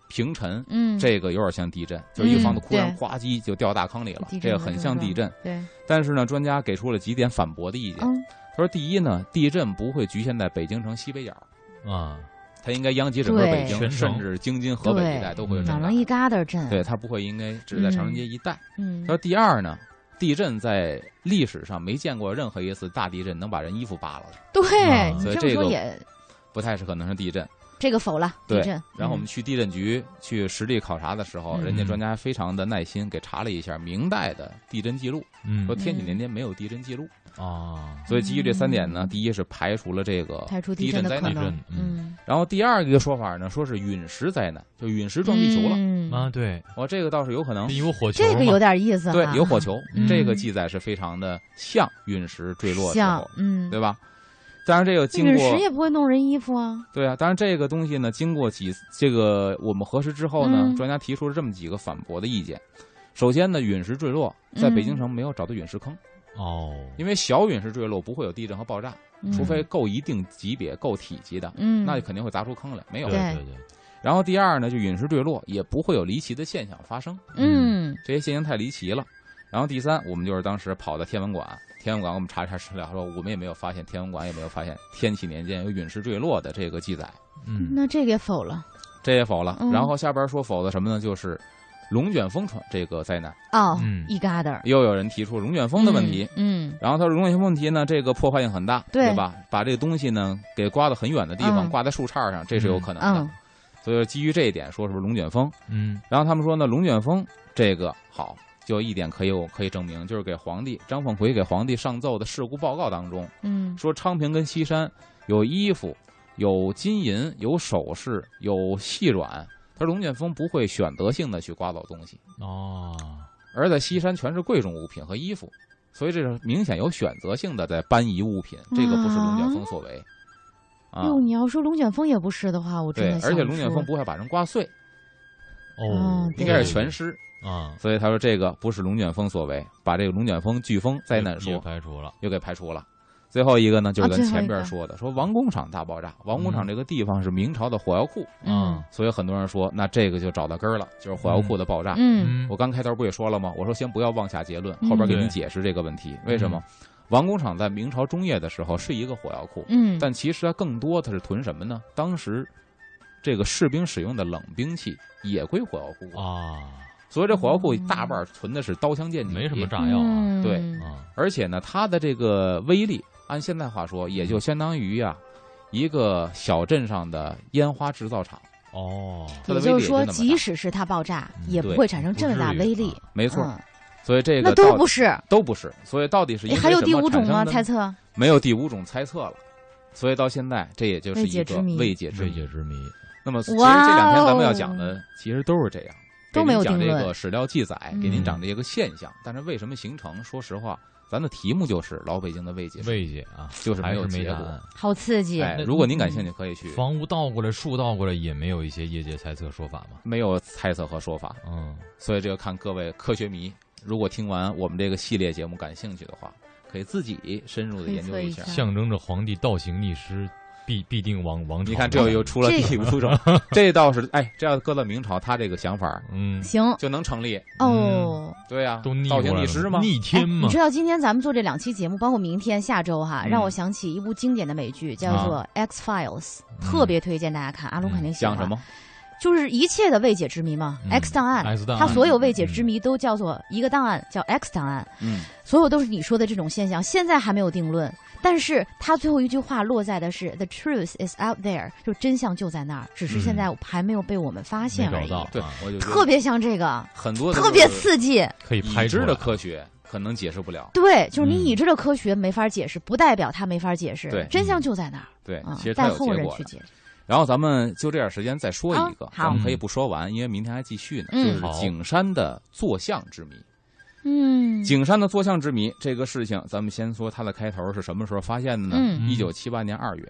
Speaker 3: 平沉，
Speaker 1: 嗯
Speaker 3: 这个有点像地震，就是一个房子
Speaker 1: 嗯
Speaker 3: 忽然
Speaker 1: 对
Speaker 3: 呱唧就掉大坑里了
Speaker 1: 地，震
Speaker 3: 这个
Speaker 1: 的
Speaker 3: 很
Speaker 1: 症
Speaker 3: 像
Speaker 1: 状
Speaker 3: 地震。
Speaker 1: 对
Speaker 3: 但是呢，专家给出了几点反驳的意见。
Speaker 1: 嗯
Speaker 3: 他说，第一呢，地震不会局限在北京城西北角，
Speaker 2: 啊
Speaker 3: 它应该殃及整个北
Speaker 2: 对
Speaker 3: 京，
Speaker 2: 全城
Speaker 3: 甚至京津河北一带都会有
Speaker 2: 嗯
Speaker 3: 震
Speaker 1: 哪
Speaker 3: 感。
Speaker 1: 能一疙瘩震？
Speaker 3: 对，它不会应该只是在长城街一带。
Speaker 1: 嗯
Speaker 3: 他说第二呢，地震在历史上没见过任何一次大地震能把人衣服扒了的，
Speaker 1: 对，
Speaker 2: 啊
Speaker 1: 你
Speaker 3: 所以
Speaker 1: 这么
Speaker 3: 这
Speaker 1: 说
Speaker 3: 个
Speaker 1: 也
Speaker 3: 不太是可能是地震。
Speaker 1: 这个否了地
Speaker 3: 对
Speaker 1: 震。
Speaker 3: 然后我们
Speaker 1: 嗯
Speaker 3: 去地震局去实地考察的时候，
Speaker 1: 嗯
Speaker 3: 人家专家非常的耐心给查了一下明代的地震记录，
Speaker 2: 嗯
Speaker 3: 说天启年间没有地震记录。
Speaker 2: 啊
Speaker 3: 所以基于这三点呢，
Speaker 1: 嗯
Speaker 3: 第一是排除了这个
Speaker 1: 排除
Speaker 3: 地
Speaker 1: 震
Speaker 3: 震
Speaker 1: 的
Speaker 3: 灾
Speaker 1: 可
Speaker 3: 难，
Speaker 1: 能
Speaker 2: 地，震
Speaker 1: 嗯，
Speaker 3: 然后第二个说法呢，说是陨石灾难，就陨石撞地球了。
Speaker 1: 嗯
Speaker 2: 啊对，
Speaker 3: 我这个倒是有可能。
Speaker 2: 因为火球
Speaker 1: 这个有
Speaker 2: 嘛
Speaker 1: 点意思哈，啊
Speaker 3: 对，有火球，
Speaker 2: 嗯
Speaker 3: 这个记载是非常的像陨石坠落之
Speaker 1: 像
Speaker 3: 后，
Speaker 1: 嗯，
Speaker 3: 对吧？当然，这个经
Speaker 1: 陨
Speaker 3: 过
Speaker 1: 石也不会弄人衣服啊，
Speaker 3: 对啊，当然这个东西呢，经过几这个我们核实之后呢，
Speaker 1: 嗯
Speaker 3: 专家提出了这么几个反驳的意见。首先呢，陨石坠落在北京
Speaker 1: 嗯
Speaker 3: 城没有找到陨石坑，
Speaker 2: 哦，
Speaker 3: 因为小陨石坠落不会有地震和爆炸，除非够一定级别、够体积的，
Speaker 1: 嗯，
Speaker 3: 那就肯定会砸出坑来，没有
Speaker 2: 对。
Speaker 1: 对
Speaker 2: 对对，
Speaker 3: 然后第二呢，就陨石坠落也不会有离奇的现象发生，
Speaker 1: 嗯
Speaker 3: 这些现象太离奇了。然后第三，我们就是当时跑到天文馆，天文馆我们查一查史料，说我们也没有发现，天文馆也没有发现天启年间有陨石坠落的这个记载。
Speaker 2: 嗯
Speaker 1: 那这个也否了
Speaker 3: 这也否了。
Speaker 1: 嗯
Speaker 3: 然后下边说否的什么呢？就是龙卷风传这个灾难，
Speaker 1: 哦
Speaker 2: 嗯，
Speaker 1: 一疙瘩儿
Speaker 3: 又有人提出龙卷风的问题。，
Speaker 1: 嗯嗯
Speaker 3: 然后他说龙卷风问题呢，这个破坏性很大，
Speaker 1: 对
Speaker 3: 对吧？把这个东西呢给刮到很远的地方，
Speaker 1: 嗯
Speaker 3: 挂在树杈上，这是有可能的。
Speaker 1: 嗯
Speaker 3: 所以基于这一点，说是不是龙卷风？
Speaker 2: 嗯
Speaker 3: 然后他们说呢，龙卷风这个好。就一点可以，我可以证明，就是给皇帝张凤奎给皇帝上奏的事故报告当中，
Speaker 1: 嗯
Speaker 3: 说昌平跟西山有衣服、有金银、有首饰、有细软。他说龙卷风不会选择性的去刮走东西，
Speaker 2: 哦，
Speaker 3: 而在西山全是贵重物品和衣服，所以这是明显有选择性的在搬移物品，这个不是龙卷风所为。啊，
Speaker 1: 哟，你要说龙卷风也不是的话，我真
Speaker 3: 对
Speaker 1: 的，想
Speaker 3: 而且
Speaker 1: 不
Speaker 3: 龙卷
Speaker 1: 出
Speaker 3: 风不会把人刮碎，
Speaker 2: 哦
Speaker 1: 嗯，
Speaker 3: 应
Speaker 1: 对
Speaker 3: 该是全尸。
Speaker 2: 啊，
Speaker 3: 所以他说这个不是龙卷风所为，把这个龙卷风、
Speaker 2: 嗯
Speaker 3: 飓风、灾难
Speaker 2: 也
Speaker 3: 说
Speaker 2: 排除了，
Speaker 3: 又给排除了。最后一个呢，就
Speaker 1: 啊
Speaker 3: 是咱
Speaker 1: 最后一
Speaker 3: 前边
Speaker 1: 个
Speaker 3: 说的，说王工厂大爆炸。王工厂
Speaker 2: 嗯
Speaker 3: 这个地方是明朝的火药库，
Speaker 1: 嗯
Speaker 2: 啊
Speaker 3: 所以很多人说，那这个就找到根儿了，就是火药库的爆炸。
Speaker 1: 嗯
Speaker 3: 我刚开头不也说了吗？我说先不要妄下结论，
Speaker 1: 嗯
Speaker 3: 后边给你
Speaker 2: 对嗯
Speaker 3: 解释这个问题。为什么？王工厂在明朝中叶的时候是一个火药库，
Speaker 1: 嗯，
Speaker 3: 但其实它更多它是囤什么呢？当时这个士兵使用的冷兵器也归火药库，
Speaker 2: 啊，
Speaker 3: 所以这火药库
Speaker 1: 嗯
Speaker 3: 大半儿存的是刀枪剑戟，
Speaker 2: 没什么炸药啊，
Speaker 1: 嗯
Speaker 3: 对
Speaker 2: 啊，
Speaker 3: 而且呢，它的这个威力，按现在话说，也就相当于啊，一个小镇上的烟花制造厂。
Speaker 2: 哦，
Speaker 3: 它的
Speaker 1: 也就
Speaker 3: 威力也
Speaker 1: 是
Speaker 3: 就
Speaker 1: 说，
Speaker 3: 那么
Speaker 1: 即
Speaker 3: 大
Speaker 1: 使是它爆炸，
Speaker 2: 嗯
Speaker 1: 也不
Speaker 3: 对
Speaker 1: 会产生
Speaker 2: 不
Speaker 1: 这么
Speaker 2: 至
Speaker 1: 大
Speaker 2: 于啊
Speaker 1: 威
Speaker 2: 吧
Speaker 1: 力。
Speaker 3: 没错，
Speaker 1: 嗯
Speaker 3: 所以这个
Speaker 1: 那都
Speaker 3: 到
Speaker 1: 不是。
Speaker 3: 都不是。所以到底是因为
Speaker 1: 还有
Speaker 3: 什
Speaker 1: 第
Speaker 3: 么
Speaker 1: 五种
Speaker 3: 产生
Speaker 1: 吗？
Speaker 3: 的
Speaker 1: 猜测？
Speaker 3: 没有第五种猜测了。所以到现在，这也就是
Speaker 1: 未解
Speaker 3: 一个
Speaker 1: 之谜
Speaker 3: 未解之
Speaker 2: 未
Speaker 3: 谜。
Speaker 2: 解之谜，
Speaker 3: 那么，其实这
Speaker 1: 哇
Speaker 3: 两天咱们要
Speaker 1: 哦
Speaker 3: 讲的其实都是这样，
Speaker 1: 都没有
Speaker 3: 给您
Speaker 1: 定
Speaker 3: 讲这
Speaker 1: 论
Speaker 3: 个史料记载，给您
Speaker 2: 嗯
Speaker 3: 讲这个现象。但是为什么形成？说实话，咱的题目就是老北京的未解之谜，
Speaker 2: 未解啊，
Speaker 3: 就是没
Speaker 2: 还
Speaker 3: 有
Speaker 2: 是没
Speaker 3: 结
Speaker 2: 答
Speaker 3: 果
Speaker 2: 案。。
Speaker 1: 好刺激！
Speaker 3: 哎，
Speaker 2: 那
Speaker 3: 如果您
Speaker 1: 嗯
Speaker 3: 感兴趣，可以去。
Speaker 2: 房屋倒过来，树倒过来，也没有一些业界猜测说法嘛。
Speaker 3: 没有猜测和说法，
Speaker 2: 嗯，
Speaker 3: 所以这个看各位科学迷，如果听完我们这个系列节目感兴趣的话，可以自己深入的研究
Speaker 1: 推测一
Speaker 3: 下
Speaker 1: 下。
Speaker 2: 象征着皇帝倒行逆施，必必定王王朝。
Speaker 3: 你看，这又出了第五 种，这倒是哎，这要搁到明朝，他这个想法儿
Speaker 2: 嗯，
Speaker 1: 行
Speaker 3: 就能成立。
Speaker 1: 哦。
Speaker 3: 对呀、
Speaker 2: 都逆
Speaker 3: 倒
Speaker 2: 过
Speaker 3: 行
Speaker 2: 来
Speaker 3: 逆
Speaker 2: 了
Speaker 3: 施吗？
Speaker 2: 逆
Speaker 1: 哎
Speaker 2: 天嘛
Speaker 1: 你知，道今天咱们做这两期节目，包括明天、下周哈，
Speaker 3: 嗯
Speaker 1: 让我想起一部经典的美剧，叫做《X Files》，特别推荐大家看。阿龙肯定喜欢
Speaker 3: 讲什？么？
Speaker 1: 就是一切的未解之谜嘛
Speaker 2: 嗯
Speaker 1: ，X 档案，
Speaker 2: X 档案
Speaker 1: 它所有未解之谜都叫做一个档案，叫 X 档案，
Speaker 3: 嗯，
Speaker 1: 所有都是你说的这种现象，现在还没有定论。但是它最后一句话落在的是 “The truth is out there”，就真相就在那儿，只是现在还没有被我们发
Speaker 2: 没
Speaker 1: 现而
Speaker 2: 找
Speaker 1: 已。
Speaker 2: 到，
Speaker 3: 对
Speaker 2: 啊，
Speaker 3: 我就觉得
Speaker 1: 特别像这个，
Speaker 3: 很多的
Speaker 1: 特别
Speaker 3: 这个
Speaker 1: 刺激。
Speaker 2: 可以拍
Speaker 3: 已
Speaker 2: 出
Speaker 3: 知
Speaker 2: 来
Speaker 3: 的科学可能解释不了。
Speaker 1: 对，就是你
Speaker 2: 嗯
Speaker 1: 已知的科学没法解释，不代表它没法解释。
Speaker 3: 对
Speaker 1: 真相就在那儿
Speaker 3: 对，
Speaker 1: 啊
Speaker 3: 其实，它
Speaker 1: 待
Speaker 3: 有
Speaker 1: 后
Speaker 3: 结
Speaker 1: 人
Speaker 3: 果
Speaker 1: 去
Speaker 3: 的。
Speaker 1: 解释。
Speaker 3: 然后咱们就这点时间再说一个
Speaker 1: 啊，好
Speaker 3: 咱们可以不说完，因为明天还继续呢。就
Speaker 1: 嗯
Speaker 3: 是景山的坐像之谜。
Speaker 1: 嗯
Speaker 3: 景山的坐像之谜这个事情，咱们先说它的开头是什么时候发现的呢？
Speaker 1: 嗯，
Speaker 3: 一九七八年二月，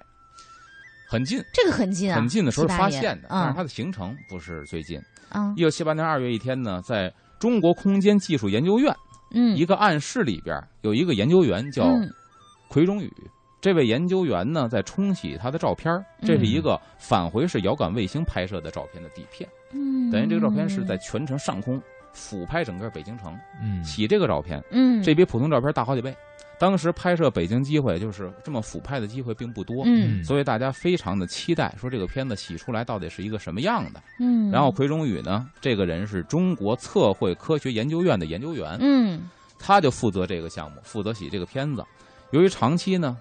Speaker 3: 很近
Speaker 1: 这个很近啊，
Speaker 3: 很近的时候
Speaker 1: 78
Speaker 3: 发现
Speaker 1: 年
Speaker 3: 的，但是
Speaker 1: 啊
Speaker 3: 它的形成不是最近。
Speaker 1: 啊
Speaker 3: 一九七八年二月一天呢，在中国空间技术研究院
Speaker 1: 嗯
Speaker 3: 一个暗室里边，有一个研究员叫
Speaker 1: 嗯
Speaker 3: 奎中宇。这位研究员呢，在冲洗他的照片儿，这是一个返回式遥感卫星拍摄的照片的底片，
Speaker 1: 嗯
Speaker 3: 等于这个照片是在全程上空俯拍整个北京城。
Speaker 2: 嗯，
Speaker 3: 洗这个照片，
Speaker 1: 嗯
Speaker 3: 这比普通照片大好几倍。当时拍摄北京机会就是这么俯拍的机会并不多，
Speaker 1: 嗯
Speaker 3: 所以大家非常的期待，说这个片子洗出来到底是一个什么样的。
Speaker 1: 嗯，
Speaker 3: 然后奎中宇呢，这个人是中国测绘科学研究院的研究员，
Speaker 1: 嗯
Speaker 3: 他就负责这个项目，负责洗这个片子。由于长期呢，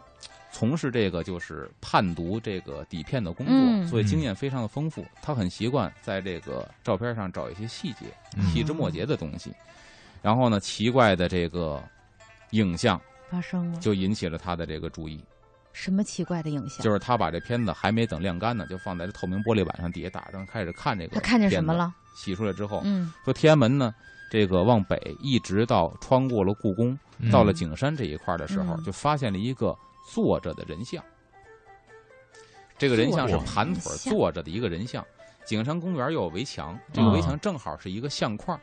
Speaker 3: 从事这个就是判读这个底片的工作，
Speaker 1: 嗯
Speaker 3: 所以经验非常的丰富。他很习惯在这个照片上找一些细节、
Speaker 2: 嗯
Speaker 3: 细枝末节的东西。然后呢，奇怪的这个影像
Speaker 1: 发生了
Speaker 3: 就引起了他的这个注意，
Speaker 1: 什么奇怪的影像？
Speaker 3: 就是他把这片子还没等晾干呢，就放在这透明玻璃板上底下打上，开始看这个。
Speaker 1: 他看见什么？了？
Speaker 3: 洗出来之后，
Speaker 1: 嗯
Speaker 3: 说天安门呢，这个往北一直到穿过了故宫，
Speaker 2: 嗯
Speaker 3: 到了景山这一块儿的时候，
Speaker 1: 嗯
Speaker 3: 就发现了一个坐着的人像。这个人像是
Speaker 2: 坐着
Speaker 3: 盘腿儿坐着的一个人像。景山公园又有围墙，这
Speaker 2: 嗯
Speaker 3: 个围墙正好是一个相框，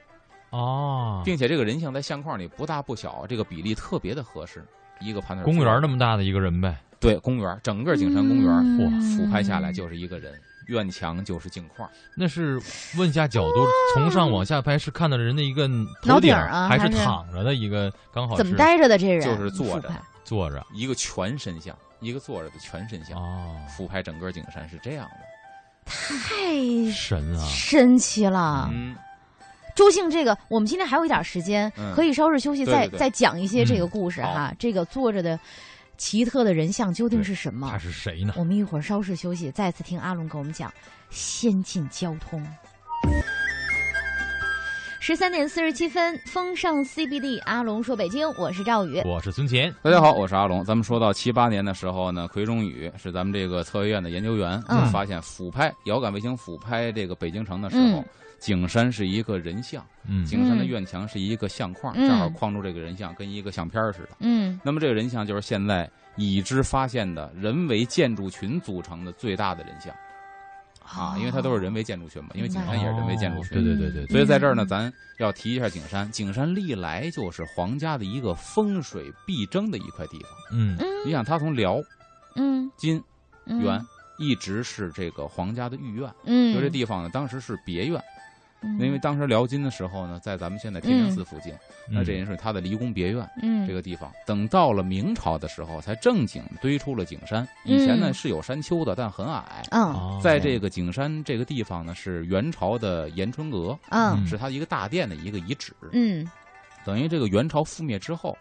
Speaker 2: 啊，
Speaker 3: 并且这个人像在相框里不大不小，这个比例特别的合适。一个盘腿儿
Speaker 2: 公园儿
Speaker 3: 坐
Speaker 2: 那
Speaker 3: 着
Speaker 2: 么大的一个人呗，
Speaker 3: 对公园儿，整个景山公园儿
Speaker 1: 嗯
Speaker 3: 俯拍下来就是一个人，院墙就是镜框。
Speaker 2: 那是问一下角度，从上往下拍是看到人的一个头
Speaker 1: 脑顶
Speaker 2: 顶
Speaker 1: 儿啊
Speaker 2: 还是
Speaker 1: 还是
Speaker 2: 躺着的一个，刚好
Speaker 1: 怎么
Speaker 2: 是
Speaker 1: 待着的这人？
Speaker 3: 就是坐
Speaker 1: 俯
Speaker 3: 着
Speaker 1: 拍
Speaker 2: 坐着
Speaker 3: 一个全身像，一个坐着的全身像，
Speaker 2: 哦，
Speaker 3: 俯拍整个景山是这样的。
Speaker 1: 太
Speaker 2: 神啊，
Speaker 1: 神奇了。
Speaker 3: 嗯，
Speaker 1: 周兴，这个我们今天还有一点时间，
Speaker 3: 嗯
Speaker 1: 可以稍事休息，
Speaker 3: 对
Speaker 1: 再
Speaker 3: 对对
Speaker 1: 再讲一些这个故事
Speaker 3: 嗯
Speaker 1: 哈。这个坐着的奇特的人像究竟是什么
Speaker 2: 他？是谁呢？
Speaker 1: 我们一会儿稍事休息，再次听阿龙给我们讲先进交通。十三点四十七分，风尚 CBD，阿龙说北京，我是赵宇。
Speaker 2: 我是孙乾，
Speaker 3: 大家好，我是阿龙。咱们说到七八年的时候呢，奎中宇是咱们这个测绘院的研究员，
Speaker 1: 嗯
Speaker 3: 就发现俯拍遥感卫星俯拍这个北京城的时候，
Speaker 4: 嗯
Speaker 3: 景山是一个人像，
Speaker 2: 嗯
Speaker 3: 景山的院墙是一个相框，
Speaker 4: 嗯
Speaker 3: 正好框住这个人像，跟一个相片儿似的。
Speaker 4: 嗯
Speaker 3: 那么这个人像就是现在已知发现的人为建筑群组成的最大的人像
Speaker 4: 哦
Speaker 3: 啊，因为它都是人为建筑群嘛，因为景山也是人为建筑群。
Speaker 2: 哦对对对对对，
Speaker 3: 所以在这儿呢，咱要提一下景山。景山历来就是皇家的一个风水必争的一块地方。
Speaker 2: 嗯
Speaker 3: 你想，它从辽、
Speaker 4: 嗯
Speaker 3: 金、
Speaker 4: 嗯
Speaker 3: 元一直是这个皇家的御苑，
Speaker 4: 嗯
Speaker 3: 就这地方呢，当时是别院，
Speaker 4: 嗯
Speaker 3: 因为当时辽金的时候呢，在咱们现在天宁寺附近，那
Speaker 2: 嗯
Speaker 3: 这也是它的离宫别院。
Speaker 4: 嗯
Speaker 3: 这个地方。等到了明朝的时候，才正经堆出了景山。以前呢
Speaker 4: 嗯
Speaker 3: 是有山丘的，但很矮。
Speaker 4: 嗯
Speaker 2: 哦
Speaker 3: 在这个景山这个地方呢，是元朝的延春阁，
Speaker 4: 嗯
Speaker 2: 嗯
Speaker 3: 是它一个大殿的一个遗址。
Speaker 4: 嗯
Speaker 3: 等于这个元朝覆灭之后，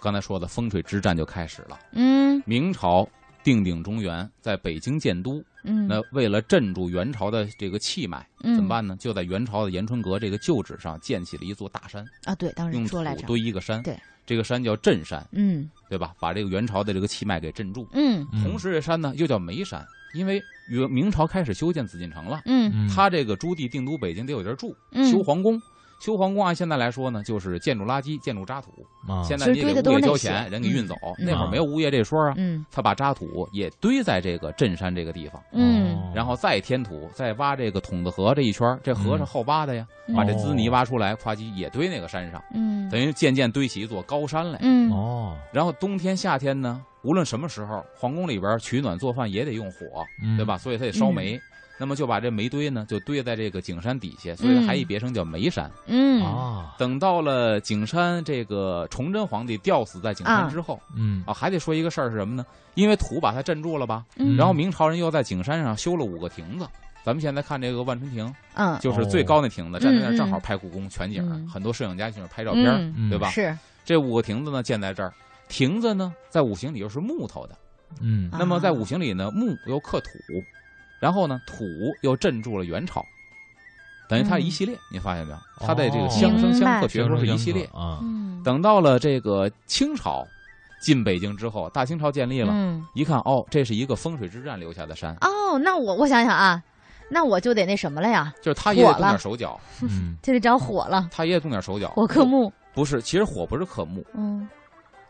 Speaker 3: 刚才说的风水之战就开始了。
Speaker 4: 嗯
Speaker 3: 明朝定鼎中原，在北京建都。
Speaker 4: 嗯
Speaker 3: 那为了镇住元朝的这个气脉，
Speaker 4: 嗯
Speaker 3: 怎么办呢？就在元朝的延春阁这个旧址上建起了一座大山，
Speaker 4: 啊？对，当
Speaker 3: 用
Speaker 4: 时
Speaker 3: 土
Speaker 4: 说来着，
Speaker 3: 堆一个山。
Speaker 4: 对，
Speaker 3: 这个山叫镇山。
Speaker 4: 嗯
Speaker 3: 对吧？把这个元朝的这个气脉给镇住。
Speaker 4: 嗯
Speaker 2: 嗯
Speaker 3: 同时，这山呢又叫眉山，因为元明朝开始修建紫禁城了，
Speaker 4: 嗯
Speaker 2: 嗯
Speaker 3: 他这个朱棣定都北京得有地儿住，
Speaker 4: 嗯，
Speaker 3: 修皇宫。修皇宫按现在来说呢，就是建筑垃圾、建筑渣土。
Speaker 2: 啊
Speaker 3: 现在
Speaker 4: 其
Speaker 3: 你
Speaker 4: 实堆
Speaker 3: 得
Speaker 4: 的
Speaker 3: 给
Speaker 4: 都是那
Speaker 3: 物业交
Speaker 4: 些
Speaker 3: 钱，人给运走。
Speaker 4: 嗯
Speaker 3: 那会儿没有物业这说啊，
Speaker 4: 嗯
Speaker 3: 他把渣土也堆在这个镇山这个地方，
Speaker 4: 嗯
Speaker 2: 哦
Speaker 3: 然后再填土，再挖这个筒子河这一圈儿，这河是
Speaker 2: 嗯
Speaker 3: 后挖的呀，
Speaker 4: 嗯
Speaker 1: 哦
Speaker 3: 把这滋泥挖出来，夸叽也堆那个山上，
Speaker 4: 嗯
Speaker 3: 等于渐渐堆起一座高山来。
Speaker 4: 嗯
Speaker 2: 哦，
Speaker 3: 然后冬天、夏天呢，无论什么时候，皇宫里边取暖做饭也得用火，
Speaker 2: 嗯
Speaker 3: 对吧？？所以它得烧煤。那么就把这煤堆呢，就堆在这个景山底下，所以还一别称叫煤山。
Speaker 4: 嗯
Speaker 2: 啊，
Speaker 3: 等到了景山这个崇祯皇帝吊死在景山之后
Speaker 2: 嗯
Speaker 3: 啊，还得说一个事儿是什么呢？因为土把它镇住了吧，
Speaker 4: 嗯
Speaker 3: 然后明朝人又在景山上修了五个亭子。咱们现在看这个万春亭，
Speaker 4: 嗯
Speaker 3: 就是最高那亭子，站在那
Speaker 4: 嗯嗯
Speaker 3: 儿正好拍故宫全景，
Speaker 4: 嗯
Speaker 3: 很多摄影家去那儿拍照片。
Speaker 4: 嗯
Speaker 2: 嗯
Speaker 3: 对吧啊
Speaker 4: 是
Speaker 3: 这五个亭子呢建在这儿，亭子呢在五行里又是木头的，
Speaker 2: 嗯
Speaker 4: 啊
Speaker 3: 那么在五行里呢，木又克土，然后呢土又镇住了元朝，等于它
Speaker 4: 嗯
Speaker 3: 一系列，你发现没有？它在这个
Speaker 2: 哦
Speaker 3: 相生
Speaker 4: 明白
Speaker 3: 相克学说是一系列。
Speaker 2: 啊，
Speaker 4: 嗯
Speaker 3: 等到了这个清朝进北京之后，大清朝建立了，
Speaker 4: 嗯
Speaker 3: 一看哦，这是一个风水之战留下的山，
Speaker 4: 哦，那我我想想啊，那我就得那什么了呀，
Speaker 3: 就是他也得
Speaker 4: 火
Speaker 3: 动
Speaker 4: 了
Speaker 3: 点手脚，
Speaker 2: 嗯
Speaker 4: 就得找火了，
Speaker 3: 他也得动点手脚。
Speaker 4: 火克木，
Speaker 3: 不是，其实火不是克木，
Speaker 4: 嗯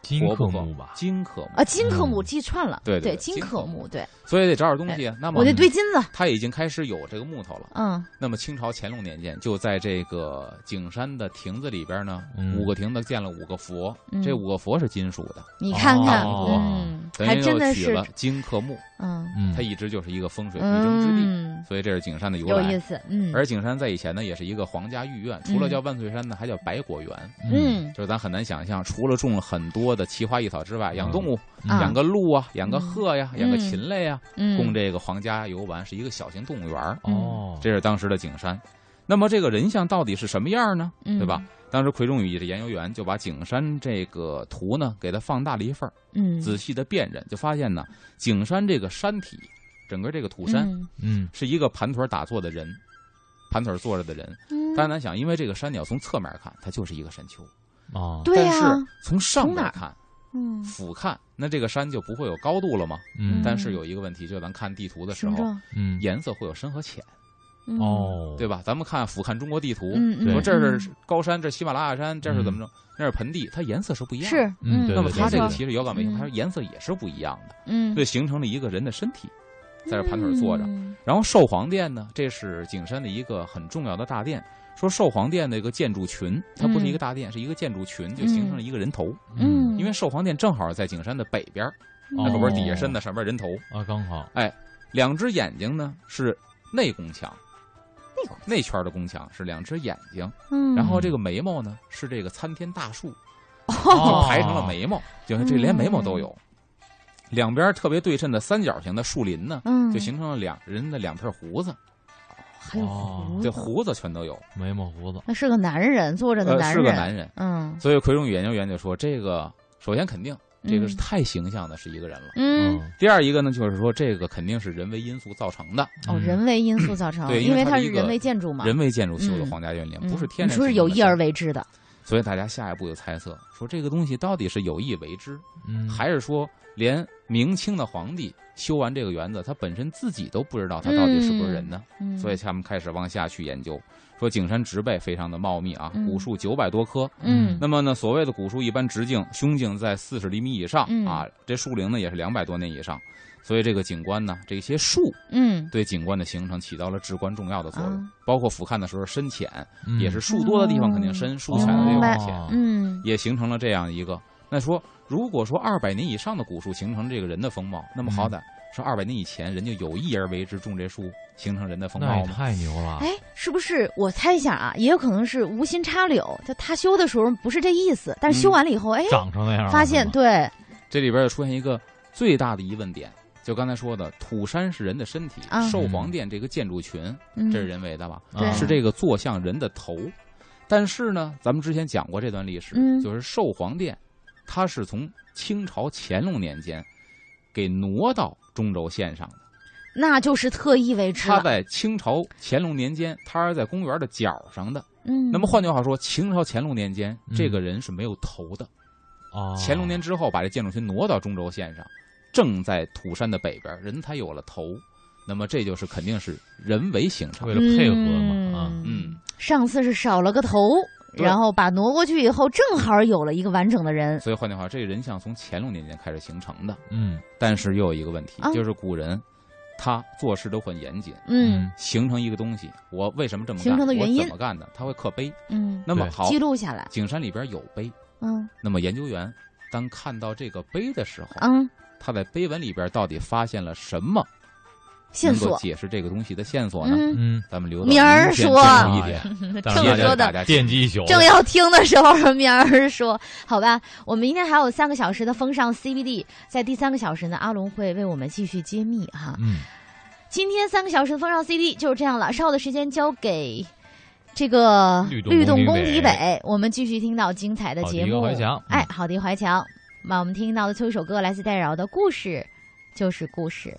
Speaker 2: 金
Speaker 3: 火
Speaker 2: 克
Speaker 3: 不
Speaker 2: 木吧？
Speaker 3: 金克木，
Speaker 4: 啊，金克木记串了，
Speaker 3: 嗯对对
Speaker 4: 对，
Speaker 3: 对
Speaker 4: 金
Speaker 3: 金
Speaker 4: 克
Speaker 3: 克
Speaker 4: 木，对
Speaker 3: 所以得找点东西啊。那么
Speaker 4: 哎我得堆金子，
Speaker 3: 他已经开始有这个木头了。
Speaker 4: 嗯
Speaker 3: 那么清朝乾隆年间，就在这个景山的亭子里边呢，
Speaker 2: 嗯
Speaker 3: 五个亭子建了五个佛，
Speaker 4: 嗯
Speaker 3: 这五个佛是金属的，
Speaker 4: 你看看，
Speaker 2: 哦
Speaker 4: 嗯，
Speaker 3: 等
Speaker 4: 还
Speaker 3: 于
Speaker 4: 真
Speaker 3: 又
Speaker 4: 的
Speaker 3: 取
Speaker 4: 是
Speaker 3: 了，金克木，
Speaker 4: 嗯
Speaker 2: 嗯，
Speaker 3: 它一直就是一个风水必争之地，
Speaker 4: 嗯，
Speaker 3: 所以这是景山的由
Speaker 4: 有意
Speaker 3: 来。
Speaker 4: 思，嗯
Speaker 3: 而景山在以前呢，也是一个皇家御苑，除
Speaker 4: 嗯
Speaker 3: 了叫万岁山呢，还叫百果园，
Speaker 4: 嗯
Speaker 3: 就是咱很难想象，除了种了很多的奇花异草之外，养动物，
Speaker 2: 嗯
Speaker 4: 啊
Speaker 3: 养个鹿啊，养个鹤呀，养个
Speaker 4: 嗯
Speaker 3: 禽类啊，
Speaker 4: 嗯，
Speaker 3: 供这个皇家游玩，是一个小型动物园儿。
Speaker 2: 哦，
Speaker 3: 嗯这是当时的景山。那么这个人像到底是什么样呢？
Speaker 4: 嗯
Speaker 3: 对吧？？当时奎仲宇这研究员就把景山这个图呢给它放大了一份儿，
Speaker 4: 嗯，
Speaker 3: 仔细的辨认，就发现呢，景山这个山体，整个这个土山、
Speaker 4: 嗯，
Speaker 2: 嗯
Speaker 3: 是一个盘腿打坐的人，盘腿坐着的人。
Speaker 4: 嗯
Speaker 3: 当然想，因为这个山你要从侧面看，它就是一个山丘；
Speaker 2: 啊，
Speaker 4: 对呀，
Speaker 3: 但是从上
Speaker 4: 从哪
Speaker 3: 面
Speaker 4: 儿
Speaker 3: 看、
Speaker 4: 嗯，
Speaker 3: 俯瞰，那这个山就不会有高度了嘛。
Speaker 2: 嗯
Speaker 3: 但是有一个问题，就咱看地图的时
Speaker 4: 形
Speaker 3: 候，
Speaker 4: 状，
Speaker 2: 嗯
Speaker 3: 颜色会有深和浅，
Speaker 4: 嗯，
Speaker 2: 哦，
Speaker 3: 对吧？咱们看俯瞰中国地图，
Speaker 4: 嗯嗯，
Speaker 2: 对
Speaker 3: 说
Speaker 4: 嗯
Speaker 3: 这是高山，这是喜马拉雅山，这是怎么着？那是盆地，它颜色是不一样的。
Speaker 4: 是，
Speaker 2: 嗯对
Speaker 3: 那么
Speaker 2: 对
Speaker 3: 它
Speaker 2: 对
Speaker 3: 这个
Speaker 2: 对
Speaker 3: 其实遥感卫星，
Speaker 4: 嗯
Speaker 3: 它颜色也是不一样的，
Speaker 4: 嗯，
Speaker 3: 所以形成了一个人的身体，在这盘腿坐着。
Speaker 4: 嗯
Speaker 3: 然后寿皇殿呢，这是景山的一个很重要的大殿。说寿皇殿的一个建筑群，它不是一个大殿，是一个建筑群，就形成了一个人头。
Speaker 4: 嗯，
Speaker 3: 因为寿皇殿正好在景山的北边，
Speaker 2: 哦
Speaker 3: 那
Speaker 4: 嗯
Speaker 3: 可不是底下身子，上边人头。
Speaker 2: 啊，刚好
Speaker 3: 两只眼睛呢是内宫墙，
Speaker 4: 内宫
Speaker 3: 内圈的宫墙是两只眼睛。
Speaker 4: 嗯，
Speaker 3: 然后这个眉毛呢是这个参天大树
Speaker 2: 哦
Speaker 3: 排成了眉毛，就是这连眉毛都有。
Speaker 1: 嗯
Speaker 3: 两边特别对称的三角形的树林呢，
Speaker 4: 嗯，
Speaker 3: 就形成了两人的两片胡子，
Speaker 4: 还有
Speaker 2: 哦
Speaker 4: 胡子，
Speaker 3: 这胡子全都有，
Speaker 2: 眉毛胡子，
Speaker 4: 那是个男人坐着的
Speaker 3: 呃，
Speaker 4: 男
Speaker 3: 是个
Speaker 4: 人，
Speaker 3: 男人。
Speaker 4: 嗯
Speaker 3: 所以奎中宇研究员就说，这个首先肯定这个是
Speaker 1: 嗯
Speaker 3: 太形象的是一个人了。
Speaker 1: 嗯，
Speaker 3: 第二一个呢，就是说这个肯定是人为因素造成的，
Speaker 1: 哦，
Speaker 2: 嗯
Speaker 1: 人为因素造成，
Speaker 3: 对因
Speaker 1: 因
Speaker 3: 为它
Speaker 1: 它
Speaker 3: 是
Speaker 1: 是
Speaker 3: 一个
Speaker 1: 人为建筑嘛，
Speaker 3: 人为建筑修的
Speaker 1: 嗯
Speaker 3: 皇家园林，
Speaker 1: 嗯
Speaker 3: 不是天然。
Speaker 1: 你说是有意而。为之的，
Speaker 3: 所以大家下一步就猜测说，这个东西到底是有意为之，
Speaker 2: 嗯
Speaker 3: 还是说连明清的皇帝修完这个园子，他本身自己都不知道他到底是不是人呢？
Speaker 1: 嗯，
Speaker 3: 所以他们开始往下去研究，说景山植被非常的茂密啊，
Speaker 1: 嗯
Speaker 3: 古树九百多棵。
Speaker 1: 嗯
Speaker 3: 那么呢，所谓的古树一般直径、胸径在四十厘米以上、
Speaker 1: 嗯
Speaker 3: 啊，这树龄呢也是两百多年以上，所以这个景观呢，这些树
Speaker 1: 嗯
Speaker 3: 对景观的形成起到了至关重要的作用。
Speaker 1: 啊
Speaker 3: 包括俯瞰的时候深浅，
Speaker 2: 嗯
Speaker 3: 也是树多的地方肯定深，树
Speaker 2: 哦
Speaker 3: 浅的地
Speaker 1: 明白
Speaker 3: 方浅，
Speaker 1: 嗯
Speaker 3: 也形成了这样一个。那说，如果说二百年以上的古树形成这个人的风貌，那么好
Speaker 2: 嗯
Speaker 3: 歹说二百年以前人就有意而为之种这树，形成人的风
Speaker 2: 那
Speaker 3: 貌
Speaker 2: 也
Speaker 3: 吗？
Speaker 2: 太牛
Speaker 3: 啊
Speaker 2: 了。
Speaker 1: 哎，是不是我猜一下啊？也有可能是无心插柳，就他修的时候不是这意思，但是修
Speaker 3: 嗯
Speaker 1: 完了以后，哎，
Speaker 2: 长成那样了，
Speaker 1: 发现
Speaker 2: 是吗
Speaker 1: 对，
Speaker 3: 这里边又出现一个最大的疑问点，就刚才说的，土山是人的身体，
Speaker 1: 啊
Speaker 2: 嗯
Speaker 3: 寿皇殿这个建筑群，
Speaker 1: 嗯
Speaker 3: 这是人为的吧？
Speaker 1: 对
Speaker 2: 啊
Speaker 3: 是这个坐像人的头，但是呢，咱们之前讲过这段历史，
Speaker 1: 嗯
Speaker 3: 就是寿皇殿，它是从清朝乾隆年间给挪到中轴线上的。
Speaker 1: 那就是特意为之
Speaker 3: 它
Speaker 1: 了。
Speaker 3: 在清朝乾隆年间，它是在公园的角上的。
Speaker 1: 嗯，
Speaker 3: 那么换句话说，清朝乾隆年间，
Speaker 2: 嗯
Speaker 3: 这个人是没有头的。
Speaker 2: 哦
Speaker 3: 乾隆年之后，把这建筑群挪到中轴线上，正在土山的北边，人才有了头，那么这就是肯定是人为形成嗯
Speaker 2: 为
Speaker 3: 的。
Speaker 2: 了配合嘛啊，
Speaker 3: 嗯，
Speaker 1: 上次是少了个头，
Speaker 3: 对
Speaker 1: 然后把挪过去以后，正好有了一个完整的人。
Speaker 3: 所以换句话，这人像从乾隆年间开始形成的。
Speaker 2: 嗯
Speaker 3: 但是又有一个问题
Speaker 1: 啊，
Speaker 3: 就是古人他做事都很严谨，
Speaker 1: 嗯
Speaker 3: 形成一个东西，我为什么这么干？
Speaker 1: 形成的原因
Speaker 3: 我怎么干的？他会刻碑。
Speaker 1: 嗯，
Speaker 3: 那么
Speaker 2: 对
Speaker 3: 好，
Speaker 1: 记录下来。
Speaker 3: 景山里边有碑，
Speaker 1: 嗯
Speaker 3: 那么研究员当看到这个碑的时候，
Speaker 1: 嗯，
Speaker 3: 他在碑文里边到底发现了什么
Speaker 1: 线
Speaker 3: 能够
Speaker 1: 索。
Speaker 3: 解释这个东西的线索呢？
Speaker 1: 嗯，
Speaker 2: 嗯，
Speaker 3: 咱们留到
Speaker 1: 明儿
Speaker 3: 明天
Speaker 1: 说
Speaker 3: 中午一点，
Speaker 2: 当
Speaker 1: 正
Speaker 2: 然
Speaker 3: 接
Speaker 1: 啊说的
Speaker 3: 着大家
Speaker 2: 惦记一宿，
Speaker 1: 正要听的时候，明儿说，好吧，我们明天还有三个小时的风尚 CBD，在第三个小时呢，阿龙会为我们继续揭秘哈。
Speaker 2: 嗯，
Speaker 1: 今天三个小时的风尚 CBD 就是这样了，稍后的时间交给这个
Speaker 2: 律动
Speaker 1: 律动
Speaker 2: 宫
Speaker 1: 宫
Speaker 2: 廷
Speaker 1: 体
Speaker 2: 北
Speaker 1: 北，我们继续听到精彩的
Speaker 2: 好
Speaker 1: 节
Speaker 2: 迪和
Speaker 1: 目。
Speaker 2: 怀强
Speaker 1: 哎，好迪怀强，那我们听到的最后一首歌来自戴娆的故事，就是故事。